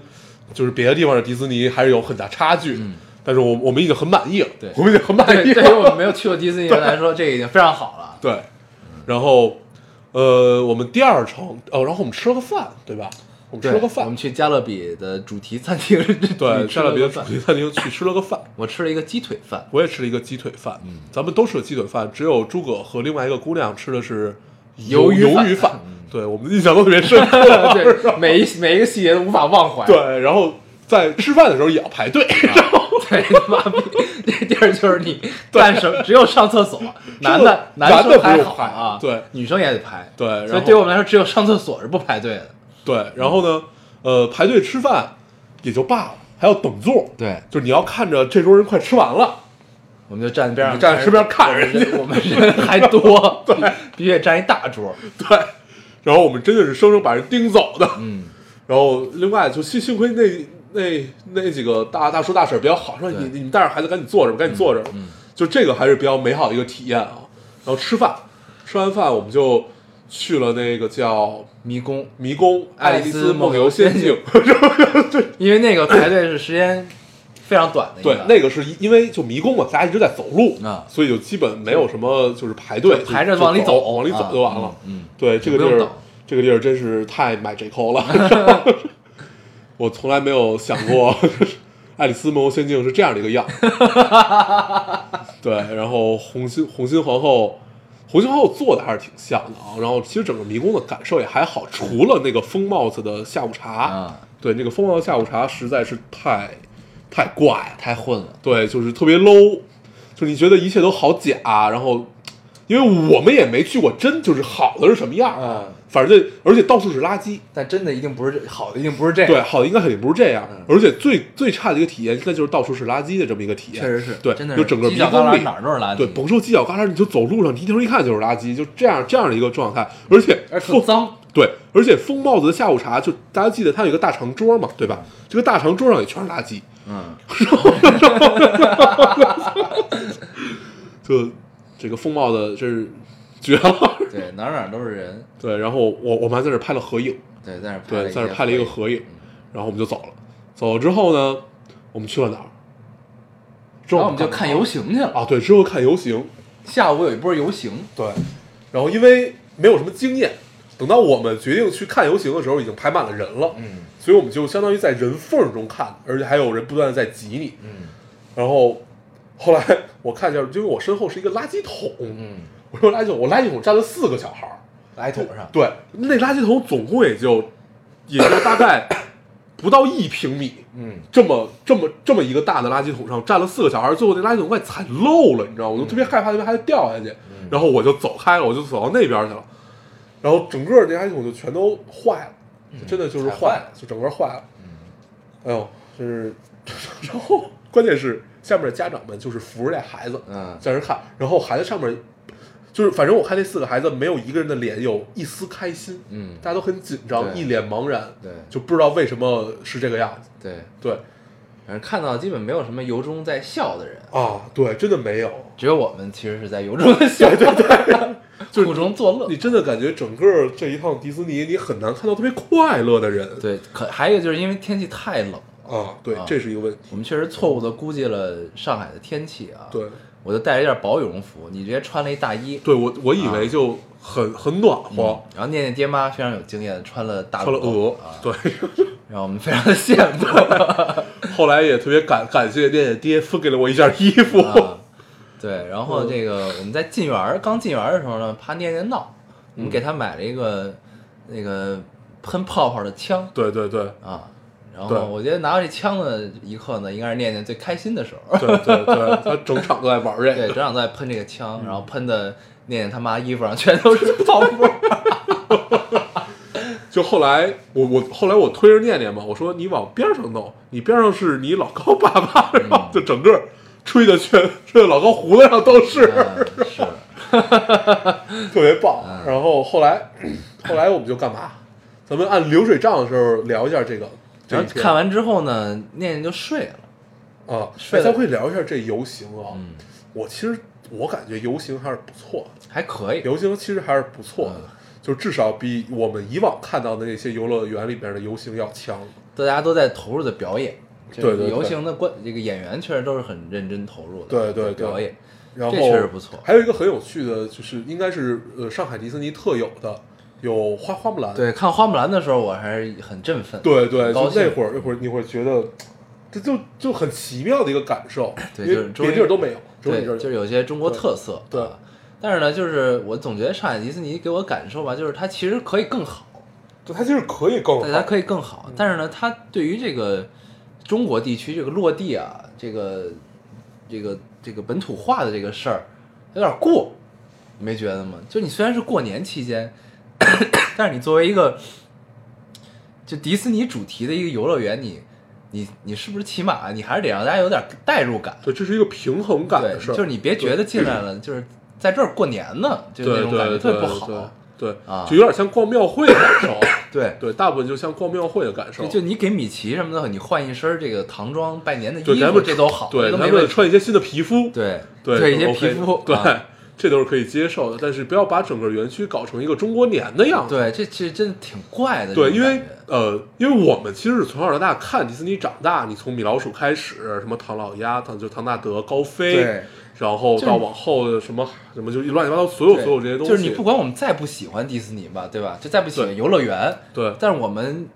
就是别的地方的迪士尼还是有很大差距，但是我我们已经很满意了，
嗯对
我们已经很满
(laughs)
意
对，
了
对于。我们没有去过迪士尼的人来说，这已经非常好了，
对，然后呃，我们第二程哦，然后我们吃了个饭，对吧？我们吃
对
了个
我
饭
们，去加勒比的主题餐 (laughs) 厅，
对，
吃
上了
了
别
个
的主
饭，
题餐厅去吃了个饭，
我吃了一个鸡腿 (laughs) 饭，
我也吃了一个鸡腿饭，嗯，咱们都吃了鸡腿饭，只有诸葛和另外一个姑娘吃的是
鱿
鱿
鱼
鱿
饭嗯
鱼饭，对我们印象都特
(laughs)
别深刻。
对，每一每一个细节都无法忘怀，
对，然后在吃饭的时候也要排 (laughs) 队，然后
(laughs) 对，他妈逼，这地儿就是你干什么，只有上厕 (laughs) 所，男的
男的
生
不用
好
排
啊，
对
女生也得排，
对然
所以
后
对我们来说，只有上厕所是不排队的，
对，然后呢，呃，排队吃饭也就罢了，还要等座，
对，
就是你要看着这桌人快吃完了，
我们就站边上，
你站身边看人家
我们人还多， (laughs) 对，必须得占一大桌，
对，然后我们真的是生生把人盯走的，
嗯，
然后另外就幸幸亏那那那几个大大叔大婶比较好，说
对
你你们带着孩子赶紧坐着吧，赶紧坐着吧。就这个还是比较美好的一个体验啊。然后吃饭，吃完饭我们就去了那个叫
迷宫，
迷宫爱丽丝梦游仙境， (laughs)
因为那个排队是时间非常短的一
对
个，，
那个是因为就迷宫嘛，大家一直在走路
啊
所以就基本没有什么就是排队，
排着
就
往里
走，
走
往里走
啊
就完了。
嗯嗯
对，这个
不
地
用
儿
等，
这个地儿真是太买 J 扣
(laughs)
了。我从来没有想过《爱丽丝梦游仙境》是这样的一
(laughs)
个样。对，然后红心红心皇后，红心皇后做的还是挺像的啊。然后其实整个迷宫的感受也还好，除了那个疯帽子的下午茶，
啊
对那个疯帽子下午茶实在是太太怪了。
太混了，
对，就是特别 low，就是你觉得一切都好假，然后因为我们也没去过真就是好的是什么样，
嗯，
反正而且到处是垃圾，
但真的一定不是这好的，一定不是这样，
对，好的应该肯定不是这样，
嗯
而且最最差的一个体验应该就是到处是垃圾的这么一个体验，
确实是，
对，
真的是
就整个
犄
迷
角旮
宫
旯
里
哪。儿都是垃圾，
对，甭说犄角旮旯，你就走路上，你一头一看就是垃圾，就这样这样的一个状态，而且
而且特脏，
对，而且疯帽子的下午茶，就大家记得它有一个大长桌嘛，对吧？这个大长桌上也全是垃圾，
嗯，
就这个风貌的真是绝了。
对，哪儿哪儿都是人，
(laughs) 对，然后我我妈在那儿拍了合影，
对，在那儿拍
对，
一
在那儿
些
拍了一个
合嗯
合影，然后我们就走了。走了之后呢，我们去了哪儿？之
影，然
后
后我们就看游行去了。
啊，对，之后看游行，
下午有一波游行，
对，然后因为没有什么经验，等到我们决定去看游行的时候，已经排满了人了，
嗯
所以我们就相当于在人缝中看，而且还有人不断的在挤你。
嗯
然后后来我看一下，因为我身后是一个垃圾桶，
嗯，
我说垃圾桶，我垃圾桶站了四个小孩儿。
垃圾桶上，
对，那垃圾桶总共也就也就大概不到一平米，
嗯，
这么这么这么一个大的垃圾桶上站了四个小孩，最后那垃圾桶快踩漏了，你知道吗？
嗯
我就特别害怕那边还掉下去，然后我就走开了，我就走到那边去了，然后整个那垃圾桶就全都坏了，就真的就是
嗯踩坏嗯
坏了，就整个坏了。哎呦，就是 (laughs) 然后关键是下面的家长们就是扶着这孩子，
嗯
在那看，然后孩子上面就是反正我看那四个孩子没有一个人的脸有一丝开心，
嗯
大家都很紧张，
对
一脸茫然，
对
就不知道为什么是这个样子，
对，
对。
反正看到基本没有什么由衷在笑的人，
啊，对，真的没有，
只有我们其实是在由衷的笑，对 (laughs)
就是
苦中作乐
你。真的感觉整个这一趟迪士尼，你很难看到特别快乐的人。
对，可还有一个就是因为天气太冷，
啊，对
啊，
这是一个问题。
我们确实错误的估计了上海的天气啊。
对，
我就带了一件薄羽绒服，你直接穿了一大衣，
对我我以为就很很暖和，
然后念念爹妈非常有经验，穿了大
穿了
鹅
鹅
嗯啊，，
对， (laughs)
让我们非常的羡慕。
后来也特别感感谢念念爹分给了我一件衣
(laughs)
服。
啊，对，然后这个我们在进园儿刚进园儿的时候呢，怕念念闹，我们给他买了一个那个喷泡泡的枪
对对对，
啊，然
对
后我觉得拿到这枪的一刻呢，应该是念念最开心的时候。
对对对，他整场都在玩
(laughs)
这
对，整
个，
场都在喷这个枪，然后喷的念念他妈衣服上全都是泡沫。
就后来我我后来我推着念念嘛，我说你往边上弄，你边上是你老高爸爸，然
嗯
后就整个吹的全吹的老高胡子上都是，
(laughs) 嗯是，嗯
特别棒。然后后来 (coughs) 后来我们就干嘛？咱们按流水账的时候聊一下这个。这
然
一
后
天
看完之后呢，念念就睡了。
啊，
睡
哎，
了
咱可以聊一下这游行啊。
嗯，
我其实我感觉游行还是不错的。
还可以。
游行其实还是不错的，
嗯
就至少比我们以往看到的那些游乐园里边的游行要强。
大家都在投入的表演。这
对对对
游行的观这个演员确实都是很认真投入的，
对对对
表演
然后
这确实不错
还有一个很有趣的，就是应该是呃上海迪士尼特有的，有花花木兰。
对，看花木兰的时候我还是很振奋，
对对，
很
就
高兴
那会儿那会儿你会觉得，这就就很奇妙的一个感受，
对
因
就
为
是终于
别地儿都没有，只有
对
你这儿
就是有些中国特色，
对对
啊但是呢，就是我总觉得上海迪士尼给我感受吧，就是它其实可以更好，
就它其实可以更
大家
哦好，
可以更
嗯
好，但是呢，它对于这个中国地区这个落地啊，这个这个这个本土化的这个事儿有点过，你没觉得吗？就你虽然是过年期间，但是你作为一个就迪士尼主题的一个游乐园，你你你是不是起码啊你还是得让大家有点代入感？
对，这是一个平衡感
对，
的事儿。
就是你别觉得进来了就是在这儿过年呢，就
对
是那
对
种感觉
对
特别不
对
好。
对，
啊
就有点像逛庙会的感
(laughs)
受。
对，
对，大部分就像逛庙会的感受。
就你给米奇什么的，你换一身这个唐装拜年的衣
对，咱
服，
们
这都好，
对，
这都
咱
没问
们
题。
穿一些新的皮肤，
对
对，
对一
都
些
OK
皮
的
肤，
对
啊，
这都是可以接受的。但是不要把整个园区搞成一个中国年的样子。
对，这其实真的挺怪的。
对，
这
因
种感
为
觉
呃，因为我们其实是从小到大看迪士尼长大，你从米老鼠开始，什么唐老鸭、唐就唐纳德、高飞
对，
然后
就是
到往后的什么什么，就一乱七八糟所有
对
所有这些东西，
就是你不管我们再不喜欢迪士尼吧，对吧？就再不喜欢游乐园，
对
但是我们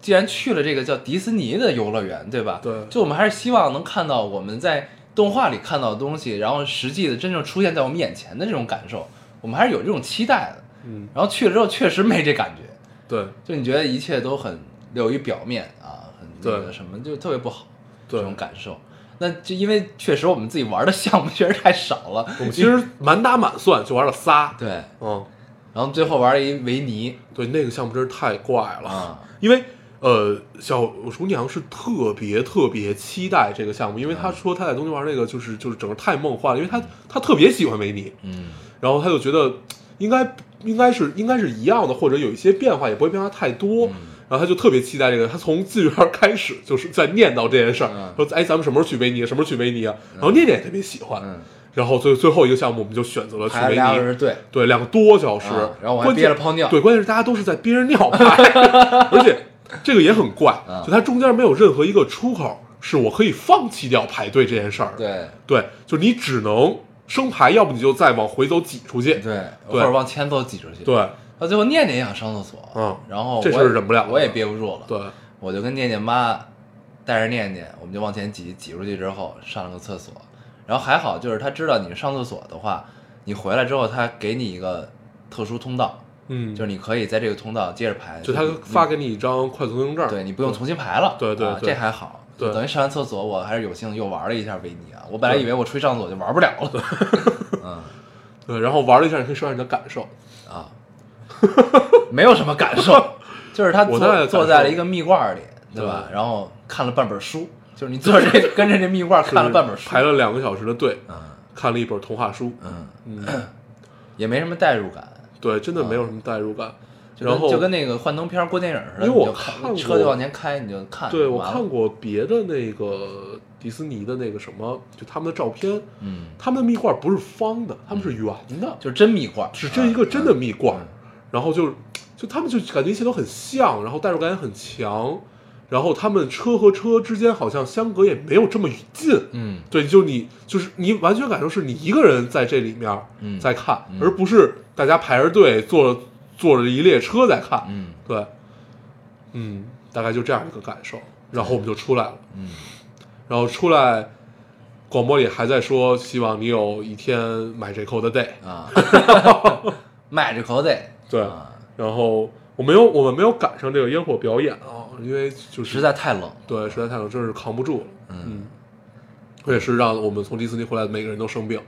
既然去了这个叫迪士尼的游乐园，对吧？
对
就我们还是希望能看到我们在动画里看到的东西，然后实际的真正出现在我们眼前的这种感受，我们还是有这种期待的。
嗯，
然后去了之后，确实没这感觉，
对
就你觉得一切都很流于表面啊，很那
对
个什么，就特别不好
对
这种感受。那就因为确实我们自己玩的项目 (laughs) 确实太少了，
我们其实满打满算就玩了仨，
对，
嗯，
然后最后玩了一维尼
对，那个项目真是太怪了，
啊
(laughs) 因为呃，小厨娘是特别特别期待这个项目，因为
嗯
她说她在东京玩那个就是就是整个太梦幻了，因为她她特别喜欢维尼，
嗯，
然后她就觉得应该应该是应该是一样的，或者有一些变化，也不会变化太多。
嗯
然后她就特别期待这个，她从纪元开始就是在念叨这件事儿，
嗯
说哎，咱们什么时候去维尼？什么时候去维尼啊？然后念念也特别喜欢，
嗯
然后最最后一个项目我们就选择了去
排
维
了俩
尼，
小时队，
对，两个多小时，
啊然后我还
关键
憋了泡尿
对，关键是大家都是在憋着尿
(laughs)
排，而且这个也很怪，
啊
就它中间没有任何一个出口是我可以放弃掉排队这件事儿的。
对
对，就你只能生排，要不你就再往回走挤出去。
对，或者往前走挤出去。，
对
到最后念念想上厕所，
嗯
然后
这
我
事儿
也
忍不了了
我也憋不住了，
对，
我就跟念念妈带着念念，我们就往前挤，挤出去之后上了个厕所，然后还好就是他知道你上厕所的话，你回来之后他给你一个特殊通道，
嗯，
就是你可以在这个通道接着排，
就他
你
发给你一张快速通行证，
对你不用重新排了，
对对
啊
对
这还好。
对
等于上完厕所，我还是有幸又玩了一下维尼啊！我本来
对
以为我出去上厕所就玩不了了， (laughs) 嗯
对，然后玩了一下，你可以说下你的感受。
啊， (laughs) 没有什么感受，
(laughs)
就是他
我大概
坐
感受
坐在了一个蜜罐里，对吧？
对
然后看了半本书，就是你坐着
(laughs)
这跟着这蜜罐看了半本
就是
书，
排了两个小时的队，
嗯
看了一本童话书，
嗯，
嗯，
也没什么代入感，
对，真的没有什么代入感。
就跟
然后
就跟那个幻灯片儿过电影似的，
因为我
你就看
看过
车就往前开，你就看，
对，我
完了
看，过别的那个迪士尼的那个什么，就他们的照片，
嗯，
他们的蜜罐不是方的，他们是圆的，
就是真蜜罐，
是真一个真的蜜罐，
嗯
然后就就他们就感觉一切都很像，然后代入感也很强，然后他们车和车之间好像相隔也没有这么近，
嗯，
对，就你就是你完全感受是你一个人在这里面
嗯
在看，
嗯
而不是大家排着队坐着坐着一列车在看，
嗯
对，嗯，大概就这样一个感受，然后我们就出来了。
嗯
然后出来，广播里还在说，希望你有一天买这 code day。
嗯
(laughs)
啊，卖着口得，
对，
啊
然后我没有，我们没有赶上这个烟火表演啊。因为就是
实在太冷。
对，实在太冷，真是扛不住了。嗯，而且是让我们从迪士尼回来的每个人都生病。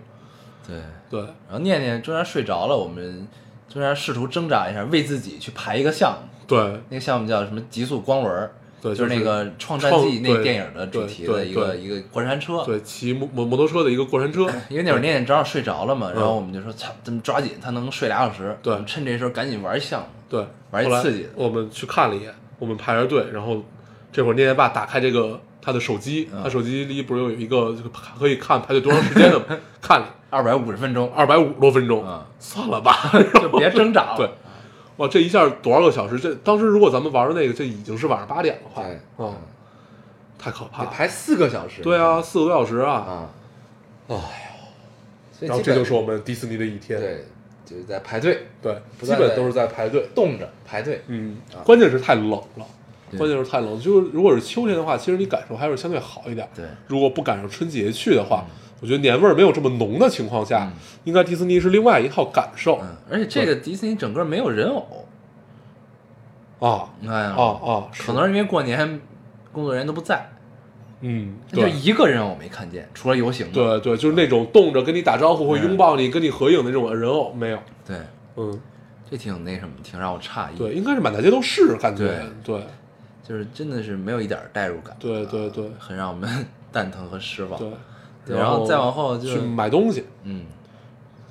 对，
对，
然后念念中间睡着了，我们中间试图挣扎一下，为自己去排一个项目。
对，
那个项目叫什么？极速光轮儿，
对
就是
就是
那个《创战
创
记》那个
对
电影的主题的
对
一个
对
一个过山车。
对，骑摩摩摩托车的一个过山车。
因为那会儿念念正好睡着了嘛，然后
嗯
我们就说：“操，咱们抓紧，他能睡俩小时，
对
我们趁这时候赶紧玩一项目。
对，
玩一
后来
刺激的
我们去看了一眼，我们排着队，然后这会儿念念爸打开这个他的手机，
嗯
他手机里不是有一个这个可以看排队多长时间
(laughs)
的吗？看了
二百五十分钟，
二百五十多分钟，
嗯
算了吧， (laughs)
就别挣扎了。
对，哇，这一下多少个小时？这当时如果咱们玩的那个，这已经是晚上八点的话，
对
嗯，太可
得
怕了。
排四个小时。
对啊，四个多小时啊，
啊，
哎呦
所以
然后
基
这
本
就是我们迪士尼的一天，
对，就是在排队
对，
不
基
断
本
在
都是在排队。
冻着排队。
嗯
啊，
关键是太冷了，
对
关键是太冷。就是如果是秋天的话，其实你感受还是相对好一点。
对
如果不赶上春节去的话，我觉得年味儿没有这么浓的情况下，应该迪士尼是另外一套感受
嗯，而且这个迪士尼整个没有人偶，
啊
你看
啊
呀，
啊！是
可能是因为过年工作人员都不在，
嗯，
就
对
一个人我没看见，除了游行的。
对对，就是那种动着跟你打招呼、会
嗯
拥抱你、跟你合影的那种人偶没有。
对，
嗯，
这挺那什么，挺让我诧异。
对，，应该是满大街都是，感觉对
就是真的是没有一点代入感，
对对对
很让我们蛋疼和失望。
对
对然后再往后就
去买东西，
嗯，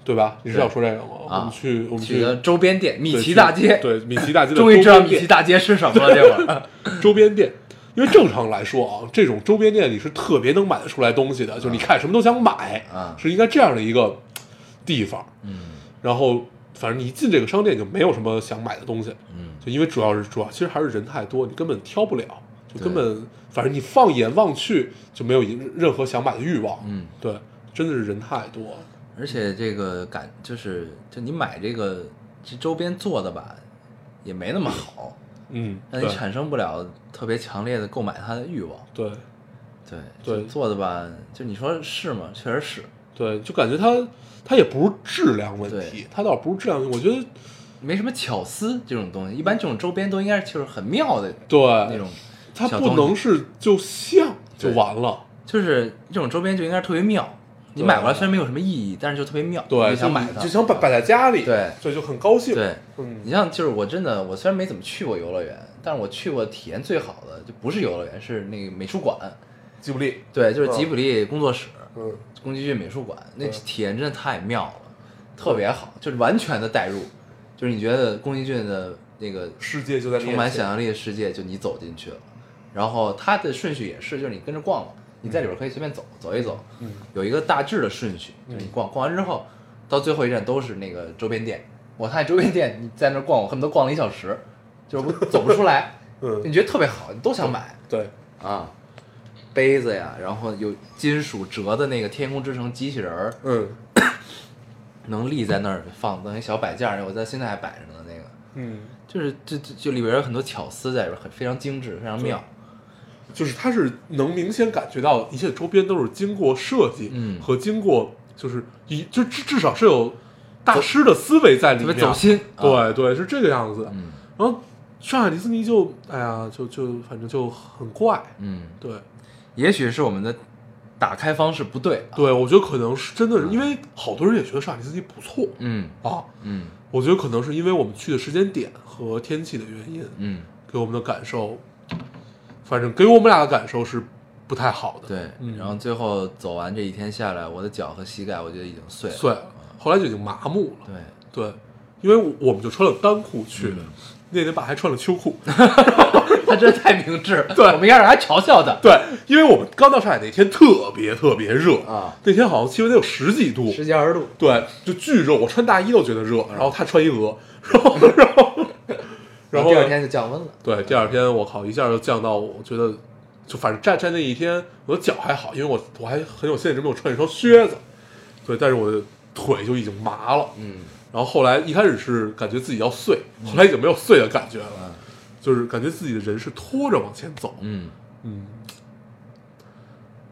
对吧？你是
对
要说这个吗？
啊
我们去我们
去
去
个周边店，米
对
奇
去
大街，
对米奇大街的
(laughs) 终于知道
周边
米
店
奇大街是什么
(laughs)
了。这会儿，
(clears throat) 周边店，因为正常来说啊，这种周边店你是特别能买得出来东西的，就是你看什么都想买
啊
是应该这样的一个地方。
嗯
然后反正你一进这个商店就没有什么想买的东西，
嗯，
就因为主要是主要其实还是人太多，你根本挑不了，就
对
根本反正你放眼望去就没有任任何想买的欲望。
嗯，
对，真的是人太多了。
而且这个感就是，就你买这个这周边做的吧，也没那么
(laughs)
好，
嗯，
让
对
你产生不了特别强烈的购买它的欲望。
对
对
对
就做的吧，就你说是吗？确实是，
对，就感觉它它也不是质量问
对
题，它倒不是质量问题，我觉得
没什么巧思这种东西。一般这种周边都应该是就是很妙的
对
那种，
它
小
不
东
能是就像就
对
完了。
就是这种周边就应该是特别妙。你
对
买过来虽然没有什么意义，但是就特别妙，
对，
你想
就
买它
就。想摆摆在家里，
对
所以就很高兴。
对，
嗯，
你像就是我真的，我虽然没怎么去过游乐园，但是我去过体验最好的就不是游乐园，是那个美术馆。
吉卜力，
对，就是吉卜力工作室、
嗯，
宫崎骏美术馆，那
对
体验真的太妙了，特别好，就是完全的代入，就是你觉得宫崎骏的那个
世界就在你
充满
眼前
想象力的世界，就你走进去了，然后它的顺序也是，就是你跟着逛嘛，你在里边可以随便走走一走，
嗯
有一个大致的顺序，就是你逛逛完之后，到最后一站都是那个周边店，我看周边店你在那儿逛，我恨不得逛了一小时，就是我走不出来，
(laughs) 嗯，
你觉得特别好，你都想买。
对，
啊，杯子呀，然后有金属折的那个《天空之城》机器人儿，
嗯
能立在那儿放，等于小摆件儿，我在现在还摆着呢。那个
嗯，
就是这这就里边有很多巧思在里边，很非常精致，非常妙。
就是它是能明显感觉到一切周边都是经过设计，
嗯
和经过就是一就至至少是有大师的思维在里
特
面，
别走心啊
对对，是这个样子的。
嗯
然后上海迪士尼就哎呀，就就反正就很怪，
嗯，
对
也许是我们的打开方式不对啊。
对，我觉得可能是真的是，因为好多人也觉得上海迪士尼不错
嗯
啊，
嗯
我觉得可能是因为我们去的时间点和天气的原因，
嗯，
给我们的感受，反正给我们俩的感受是不太好的。
对。
嗯
然后最后走完这一天下来，我的脚和膝盖我觉得已经碎了。
碎了，后来就已经麻木了。
对，
对，因为我我们就穿了单裤去的，
嗯
那天爸还穿了秋裤。
他真的太明智，
对
我们一开始还嘲笑他，
对，因为我们刚到上海那天特别特别热
啊，
那天好像气温得有十几度，
(laughs) 十几二十度，
对，就巨热。我穿大衣都觉得热，然后他穿一鹅，然后然后然后
第
呢
二天就降温了。
对，第二天我靠，一下就降到我觉得，就反正站站那一天，我的脚还好，因为我我还很有限制，没有穿一双靴子，对，但是我的腿就已经麻了。
嗯。
然后后来一开始是感觉自己要碎，后来已经没有碎的感觉了，就是感觉自己的人是拖着往前走，
嗯，
嗯，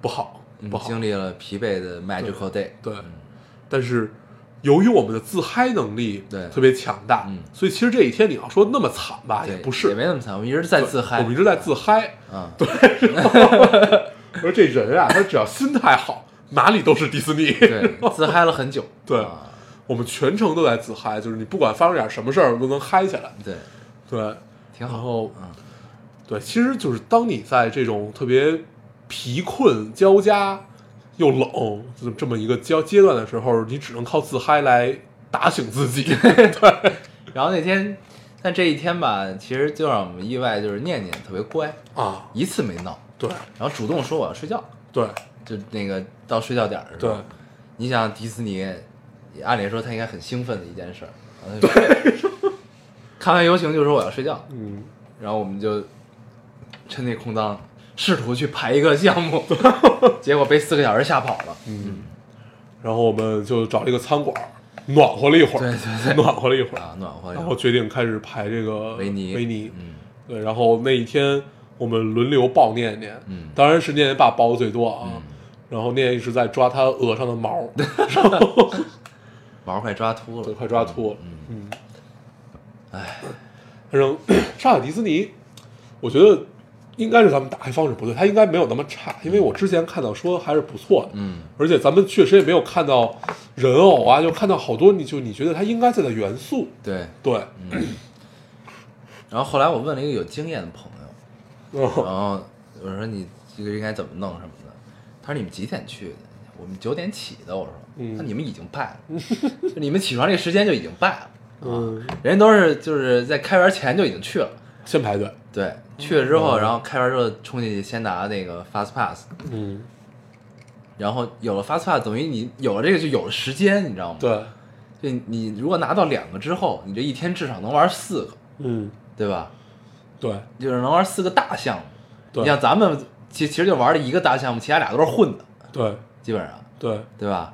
不好，
嗯
不好
经，历了疲惫的 magical day，
对，但是。由于我们的自嗨能力
对
特别强大，
嗯
所以其实这一天你要说那么惨吧，
对
也不是，
也没那么惨，我们一直在自嗨，
我们一直在自嗨。
啊，
我说这人啊，他只要心态好，哪里都是迪士尼。
对，自嗨了很久，
对
啊
我们全程都在自嗨，就是你不管发生点什么事儿，我们都能嗨起来。
对，
对，
挺
然
好，
后
嗯，
对，其实就是当你在这种特别疲困、交加又冷这么这么一个交阶段的时候，你只能靠自嗨来打醒
(laughs)
自己。对，
然后那天，但这一天吧，其实就让我们意外，就是念念特别乖，
啊，
一次没闹，
对，
然后主动说我要睡觉，
对，
就那个到睡觉点儿的时
对
候，，你想迪士尼，按理说他应该很兴奋的一件事儿，然后他就睡 (laughs) 看完游行就说我要睡觉，
嗯，
然后我们就趁那空档试图去排一个项
(laughs)
目，结果被四个小时吓跑了。
然后我们就找了一个餐馆儿，暖和了一会儿，
对对对
暖和了一会儿，
啊，暖和
然后决定开始排这个
维尼
维尼，
嗯，
对，然后那一天我们轮流抱念念，
嗯
当然是念念爸抱的最多啊，然后念念一直在抓他额上
(laughs)
的毛，
毛快抓秃
对，
了，
快抓秃了，嗯，哎，反正 (coughs) 上海迪士尼，我觉得应该是咱们打开方式不对，它应该没有那么差，因为我之前看到说还是不错的，
嗯，
而且咱们确实也没有看到人偶啊，就看到好多你就你觉得它应该在的元素，
对。
对，
嗯然后后来我问了一个有经验的朋友，
嗯
然后我说你这个应该怎么弄什么的，他说你们几点去的？我们九点起的。我说，
嗯
那你们已经败了，就你们起床这个时间就已经败了，
嗯，
人家都是就是在开园前就已经去了。
先排队，
对，去了之
哦
后，然后开园之后冲进去先拿那个 fast pass，
嗯，
然后有了 fast pass，等于你有了这个就有了时间，你知道吗？，
对，
就你你如果拿到两个之后，你这一天至少能玩四个，
嗯，
对吧？
对。
就是能玩四个大项目。
对
你像咱们其其实就玩了一个大项目，其他俩都是混的，
对
基本上，
对
对吧？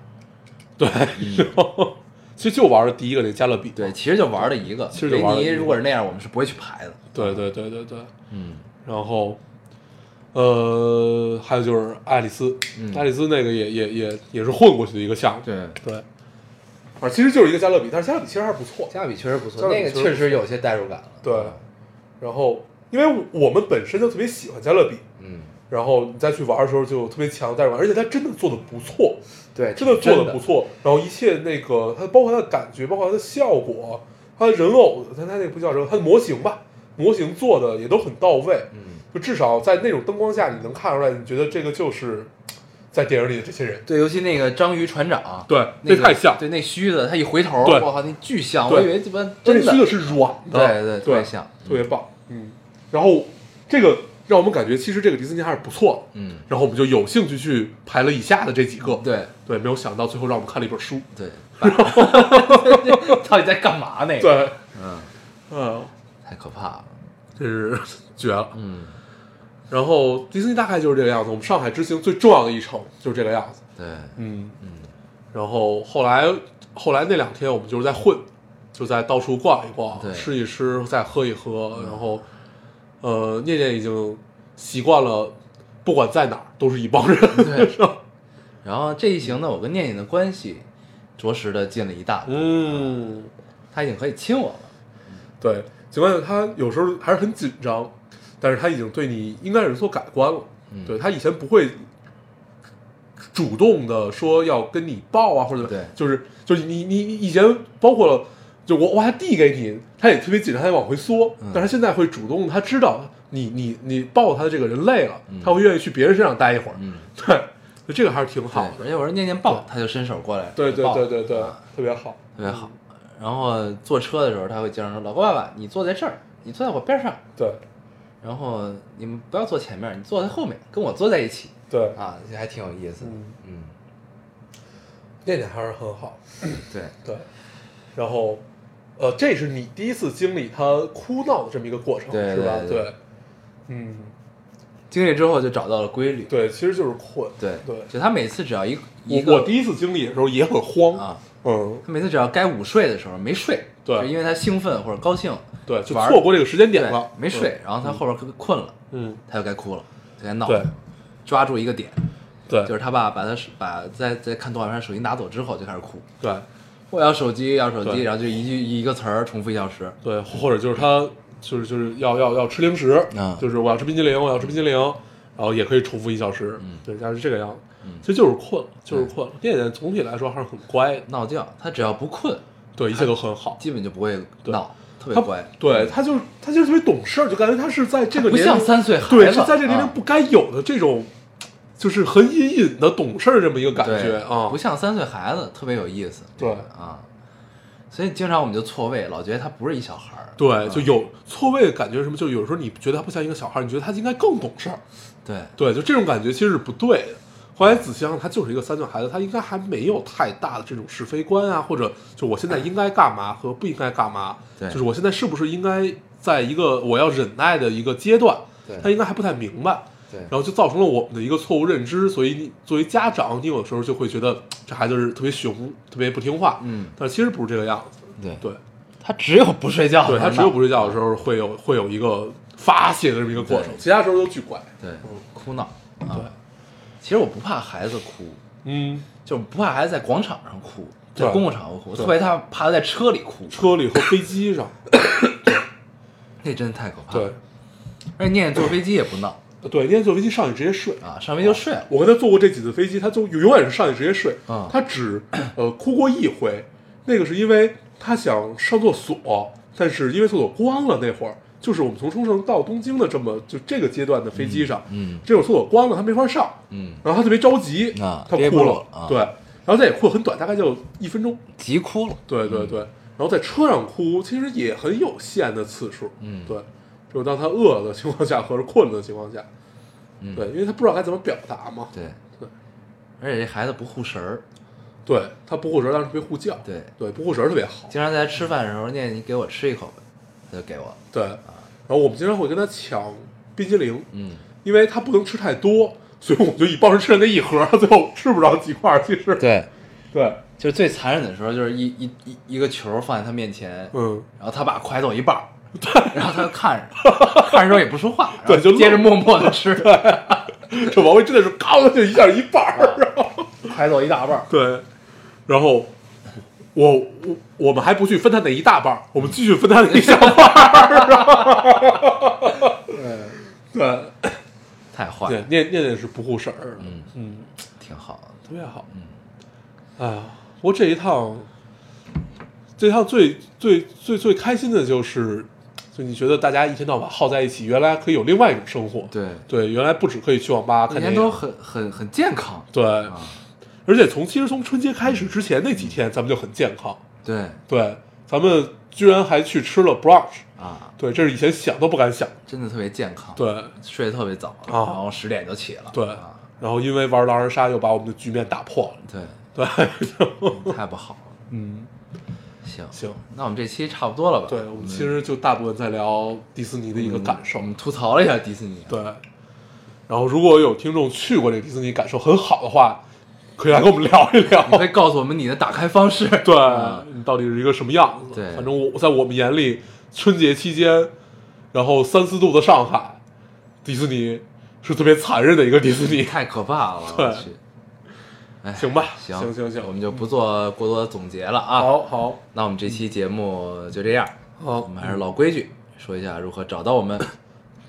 对，然后其实就玩的第一个那加勒比，
嗯对，其实就玩了一个。
其实就玩了
维
一个
尼如果是那样，我们是不会去排的。
对对对对对，
嗯，
然后呃，还有就是爱丽丝，
嗯
爱丽丝那个也也也也是混过去的一个项目，
对，
对，反正其实就是一个加勒比，但是加勒比其实还是不错，
加勒比确实不错
加，勒比
那个
确
确
实
实有些代入感了。
对，然后因为我们本身就特别喜欢加勒比。
嗯，
然后你再去玩的时候就特别强的代入感，而且它真的做的不错，
对，
真的
挺
做的不。错。然后一切那个它包括它的感觉，包括它的效果，它的人偶，它它那个不叫人偶，它的模型吧，模型做的也都很到位。
嗯，
就至少在那种灯光下，你能看出来，你觉得这个就是在电影里的这些人。
对，尤其那个章鱼船长，
对
那
那
个
太像
对，那须子，他一回头，
对
我靠，那巨像，
对
我以为这不
而
真
且虚的
的。
是软的，
对对特
对，
别像
特别棒。嗯，然后这个让我们感觉其实这个迪士尼还是不错的。
嗯，
然后我们就有兴趣去排了以下的这几个。
对
对，没有想到最后让我们看了一本书。
对， (laughs) 到底在干嘛那个？，
对，
嗯，
嗯，
太可怕了。
真是 (laughs) 绝了。
嗯，
然后迪士尼大概就是这个样子。我们上海之行最重要的一程就是这个样子。
对，
嗯，然后后来后来那两天我们就是在混，就在到处逛一逛，
对嗯
吃一吃，再喝一喝，然后呃，念念已经习惯了，不管在哪儿都是一帮人，
对
是吧
(laughs) 然后这一行呢，我跟念念的关系着实的进了一大步，
(laughs) 嗯，
他已经可以亲我了。
对，尽管他有时候还是很紧张，但是他已经对你应该有所改观了，
嗯
对他以前不会。主动的说要跟你抱啊，或者
对
就是就是你你你以前包括了，就我我还递给你，他也特别紧张，他也往回缩，
嗯
但是他现在会主动，他知道你你你抱他的这个人累了，
嗯
他会愿意去别人身上待一会儿，
嗯，
对，就这个还是挺好
对，
的，
而且我说念念抱，他就伸手过来，
对对
抱
对对对
啊，
特别好，
特别好。然后坐车的时候，他会经常说：“老高爸爸，你坐在这儿，你坐在我边上，
对
然后你们不要坐前面，你坐在后面，跟我坐在一起。”
对，
啊，这还挺有意思的。
嗯
嗯，
念念还是很好，
对，
对，然后，呃，这是你第一次经历他哭闹的这么一个过程，
对
是吧？
对对
对，嗯，
经历之后就找到了规律。
对，其实就是困，
对
对
就他每次只要一一
我我
个
第一次经历的时候也很慌，
啊，
嗯，
他每次只要该午睡的时候没睡，
对
就因为他兴奋或者高兴，
对，就
玩儿
错过这个时间点
对
了，，
没睡，然后他后边可困了，
嗯，
他就该哭了，就该闹，
对，
抓住一个点，
对，
就是他爸把他手把在在看动画片手机拿走之后就开始哭，
对，
我要手机，要手机，
对
然后就一句一个词儿重复一小时。
对，或者就是他就是就是要要要吃零食，
啊
就是我要吃冰激凌，我要吃冰激凌，然后也可以重复一小时，
嗯
对，大概是这个样子。其实就是困了，就是困了。电影总体来说还是很乖的，
闹觉，他只要不困，
对，一切都很好。
基本就不会闹，特别
他
乖。嗯
对他就是他就是特别懂事儿，就感觉他是在这个
不
年
像
龄
三岁孩子，
对是在这个年龄
啊
不该有的这种，就是很隐隐的懂事儿这么一个感
对
觉啊
不。像三岁孩子，特别有意思。
对
啊，所以经常我们就错位，老觉得他不是一小孩儿。啊
对，就有错位的感觉，什么？就有时候你觉得他不像一个小孩儿，你觉得他应该更懂事儿。
对，
对，就这种感觉其实是不对的。后来子香他就是一个三岁孩子，他应该还没有太大的这种是非观啊，或者就我现在应该干嘛和不应该干嘛，
对
就是我现在是不是应该在一个我要忍耐的一个阶段
对，
他应该还不太明白，
对
然后就造成了我们的一个错误认知，所以你作为家长，你有的时候就会觉得这孩子是特别熊，特别不听话，
嗯，啊
但其实不是这个样子，
对，
对，
他只有不睡觉，
对他只有不睡觉的时候会有会有一个发泄的这么一个过程，
对
其他时候都巨乖，
对哭闹啊
嗯对。，
其实我不怕孩子哭，
嗯，
就不怕孩子在广场上哭，在
对
公共场合哭，我特别
对
他怕他在车里哭，
车里和飞机上，
那真的太可怕了。
对。
而且念念坐飞机也不闹
对，那天坐飞机上去直接睡。
啊，上飞机就睡了。
我跟他坐过这几次飞机，他就永远是上去直接睡。
啊
他只呃哭过一回，那个是因为他想上厕所，但是因为厕所关了那会儿，就是我们从冲绳到东京的这么就这个阶段的飞机上，
嗯嗯
这种厕所关了，他没法上，
嗯，
然后他特别着急，
啊
他
憋
哭
不
了，
住了啊
对，然后他也哭得很短，大概就一分钟，
急哭了。
对对对，然后在车上哭其实也很有限的次数，
嗯
对，只有当他饿了的情况下或者困了的情况下，
嗯
对，因为他不知道该怎么表达嘛，
对，
对，
而且这孩子不护食儿，
对他不护食儿，但是特别护教，
对
对，不护食儿特别好，
经常在他吃饭的时候，念念你给我吃一口呗，他就给我。
对，然后我们经常会跟他抢冰激凌，
啊嗯，
因为他不能吃太多，所以我们就一帮人吃了那一盒， (laughs) 最后吃不着几块儿，其实
对，
嗯对，
就是最残忍的时候，就是一一一一个球放在他面前，
嗯，
然后他把筷子我一
(laughs)
半儿，然后他就看着，看着之后也不说话，然后
对就愣
接着默默的吃，
这王威真的是嘎的就一下一半儿，然后。
筷啊子我一大半儿。
对，然后我我我们还不去分他那一大半儿，我们继续分他那一小半儿。
嗯
(laughs) 对
太坏
对
了，，
念念念是不护食儿的，
嗯
嗯，
挺好的。
特别好。哎呀，不过这一趟，这一趟最最最最开心的就是，就你觉得大家一天到晚耗在一起，原来可以有另外一种生活。
对，
对，原来不只可以去网吧看
每
电
天都
影，
很很很健康
对，
啊，
而且从其实从春节开始之前那几天，咱们就很健康。
对
对，咱们居然还去吃了 brunch，
啊，
对，这是以前想都不敢想。
真的特别健康，，
对哦
睡得特别早，然后十点就起了，
对
啊，
然后因为玩狼人杀又把我们的局面打破了。
对，
对，
太不好了。
嗯，
行
行，
那我们这期差不多了吧？
对，我们其实就大部分在聊迪士尼的一个感受
嗯我。们吐槽了一下迪士尼，啊
对，然后如果有听众去过这个迪士尼，感受很好的话，可以来跟我们聊一聊。
你可以告诉我们你的打开方式。
对
嗯，
你到底是一个什么样子？
对
反正我在我们眼里，春节期间，然后三四度的上海，迪士尼是特别残忍的一个迪士
(laughs)
尼。
太可怕了，
对
我去。哎，
行吧
行
行行行
我们就不做过多的总结了啊。，
好好
那我们这期节目就这样，我
好，
们还是老规矩，说一下如何找到我们。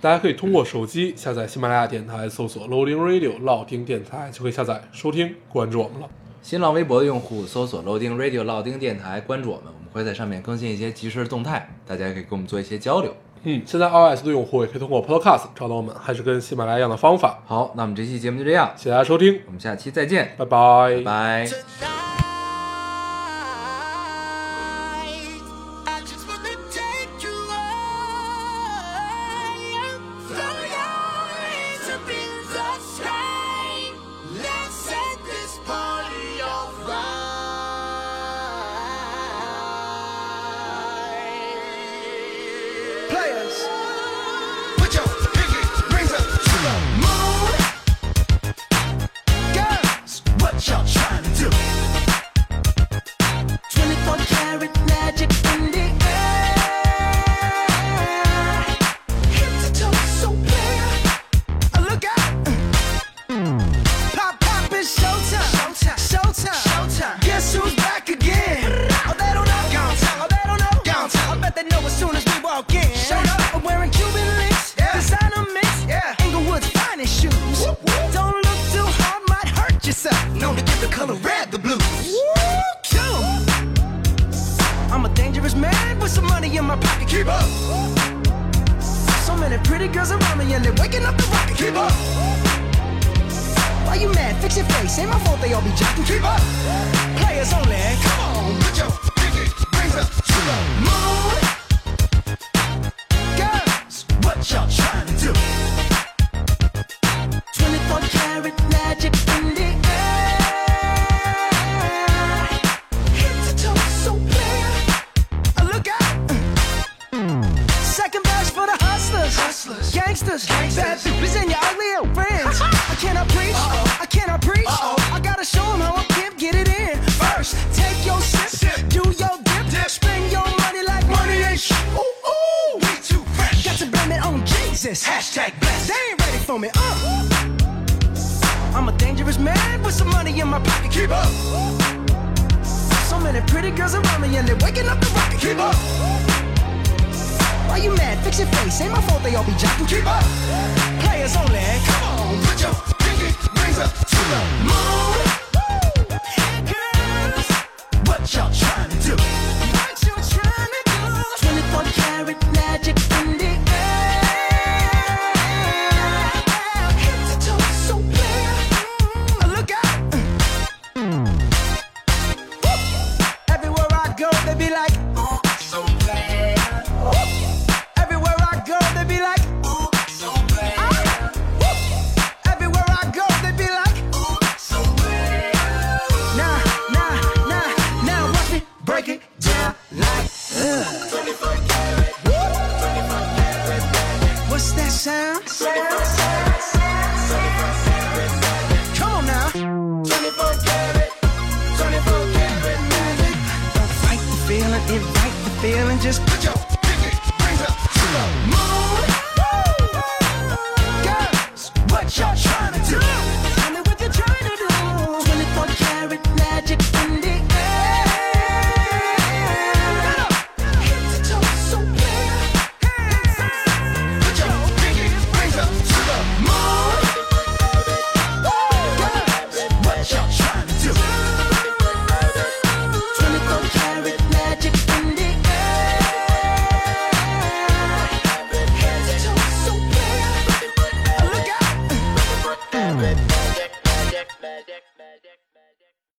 大家可以通过手机下载喜马拉雅电台，搜索 Loading Radio 老丁电台，就可以下载收听，关注我们了。
新浪微博的用户搜索 “loading radio” 老丁电台，关注我们，我们会在上面更新一些即时动态，大家也可以跟我们做一些交流。
嗯，现在 iOS 的用户也可以通过 Podcast 找到我们，还是跟喜马拉雅一样的方法。
好，那我们这期节目就这样，
谢谢大家收听，
我们下期再见，
拜拜。
拜。
Tonight, I just wanna take you away from your eyes up in the sky. Let's set this party on fire. Players, put your pinky rings up to the moon. Girls, what y'all trying to do?
Oh, Oh, Pretty girls around me and they're waking up the rocket. Keep up. Why you mad? Fix your face. Ain't my fault they all be jacking. Keep up. Players only. Come on, put your pinky rings up to the moon. Girls, what y'all trying to do? 24 karat magic in the air. Head to toe, so clear. Uh, Look out. Second verse for the hustlers, hustlers, gangsters, bad bitches and your ugly old (laughs) friends. I cannot preach, I cannot preach. I gotta show 'em how I can get it in. First, take your sip, do your dip, spend your money like money ain't sh- ooh ooh. We too fresh. Got to blame it on Jesus. Hashtag blessed. They ain't ready for me. Uh. I'm a dangerous man with some money in my pocket. Keep up. So many pretty girls around me and they're waking up the rocket. Keep up. Why you mad? Fix your face. Ain't my fault they all be jocking. Keep up. Players only. Come on, put your pinky rings up to the moon. Girls, what y'all trying to do? What you trying to do? 24 karat magic in the air. Head to toe, so clear. Look out. Everywhere I go, they be like, ooh, so bad. Ooh. Everywhere I go, they be like, "Ah." ooh, so bad. Ooh. Everywhere I go, they be like, ooh, so bad. Nah, nah, nah, nah, watch me break it down like, ugh. Woo. What's that sound? Come on now. 24 karat, 24 karat magic. Don't fight the feeling, invite the feeling. Just put your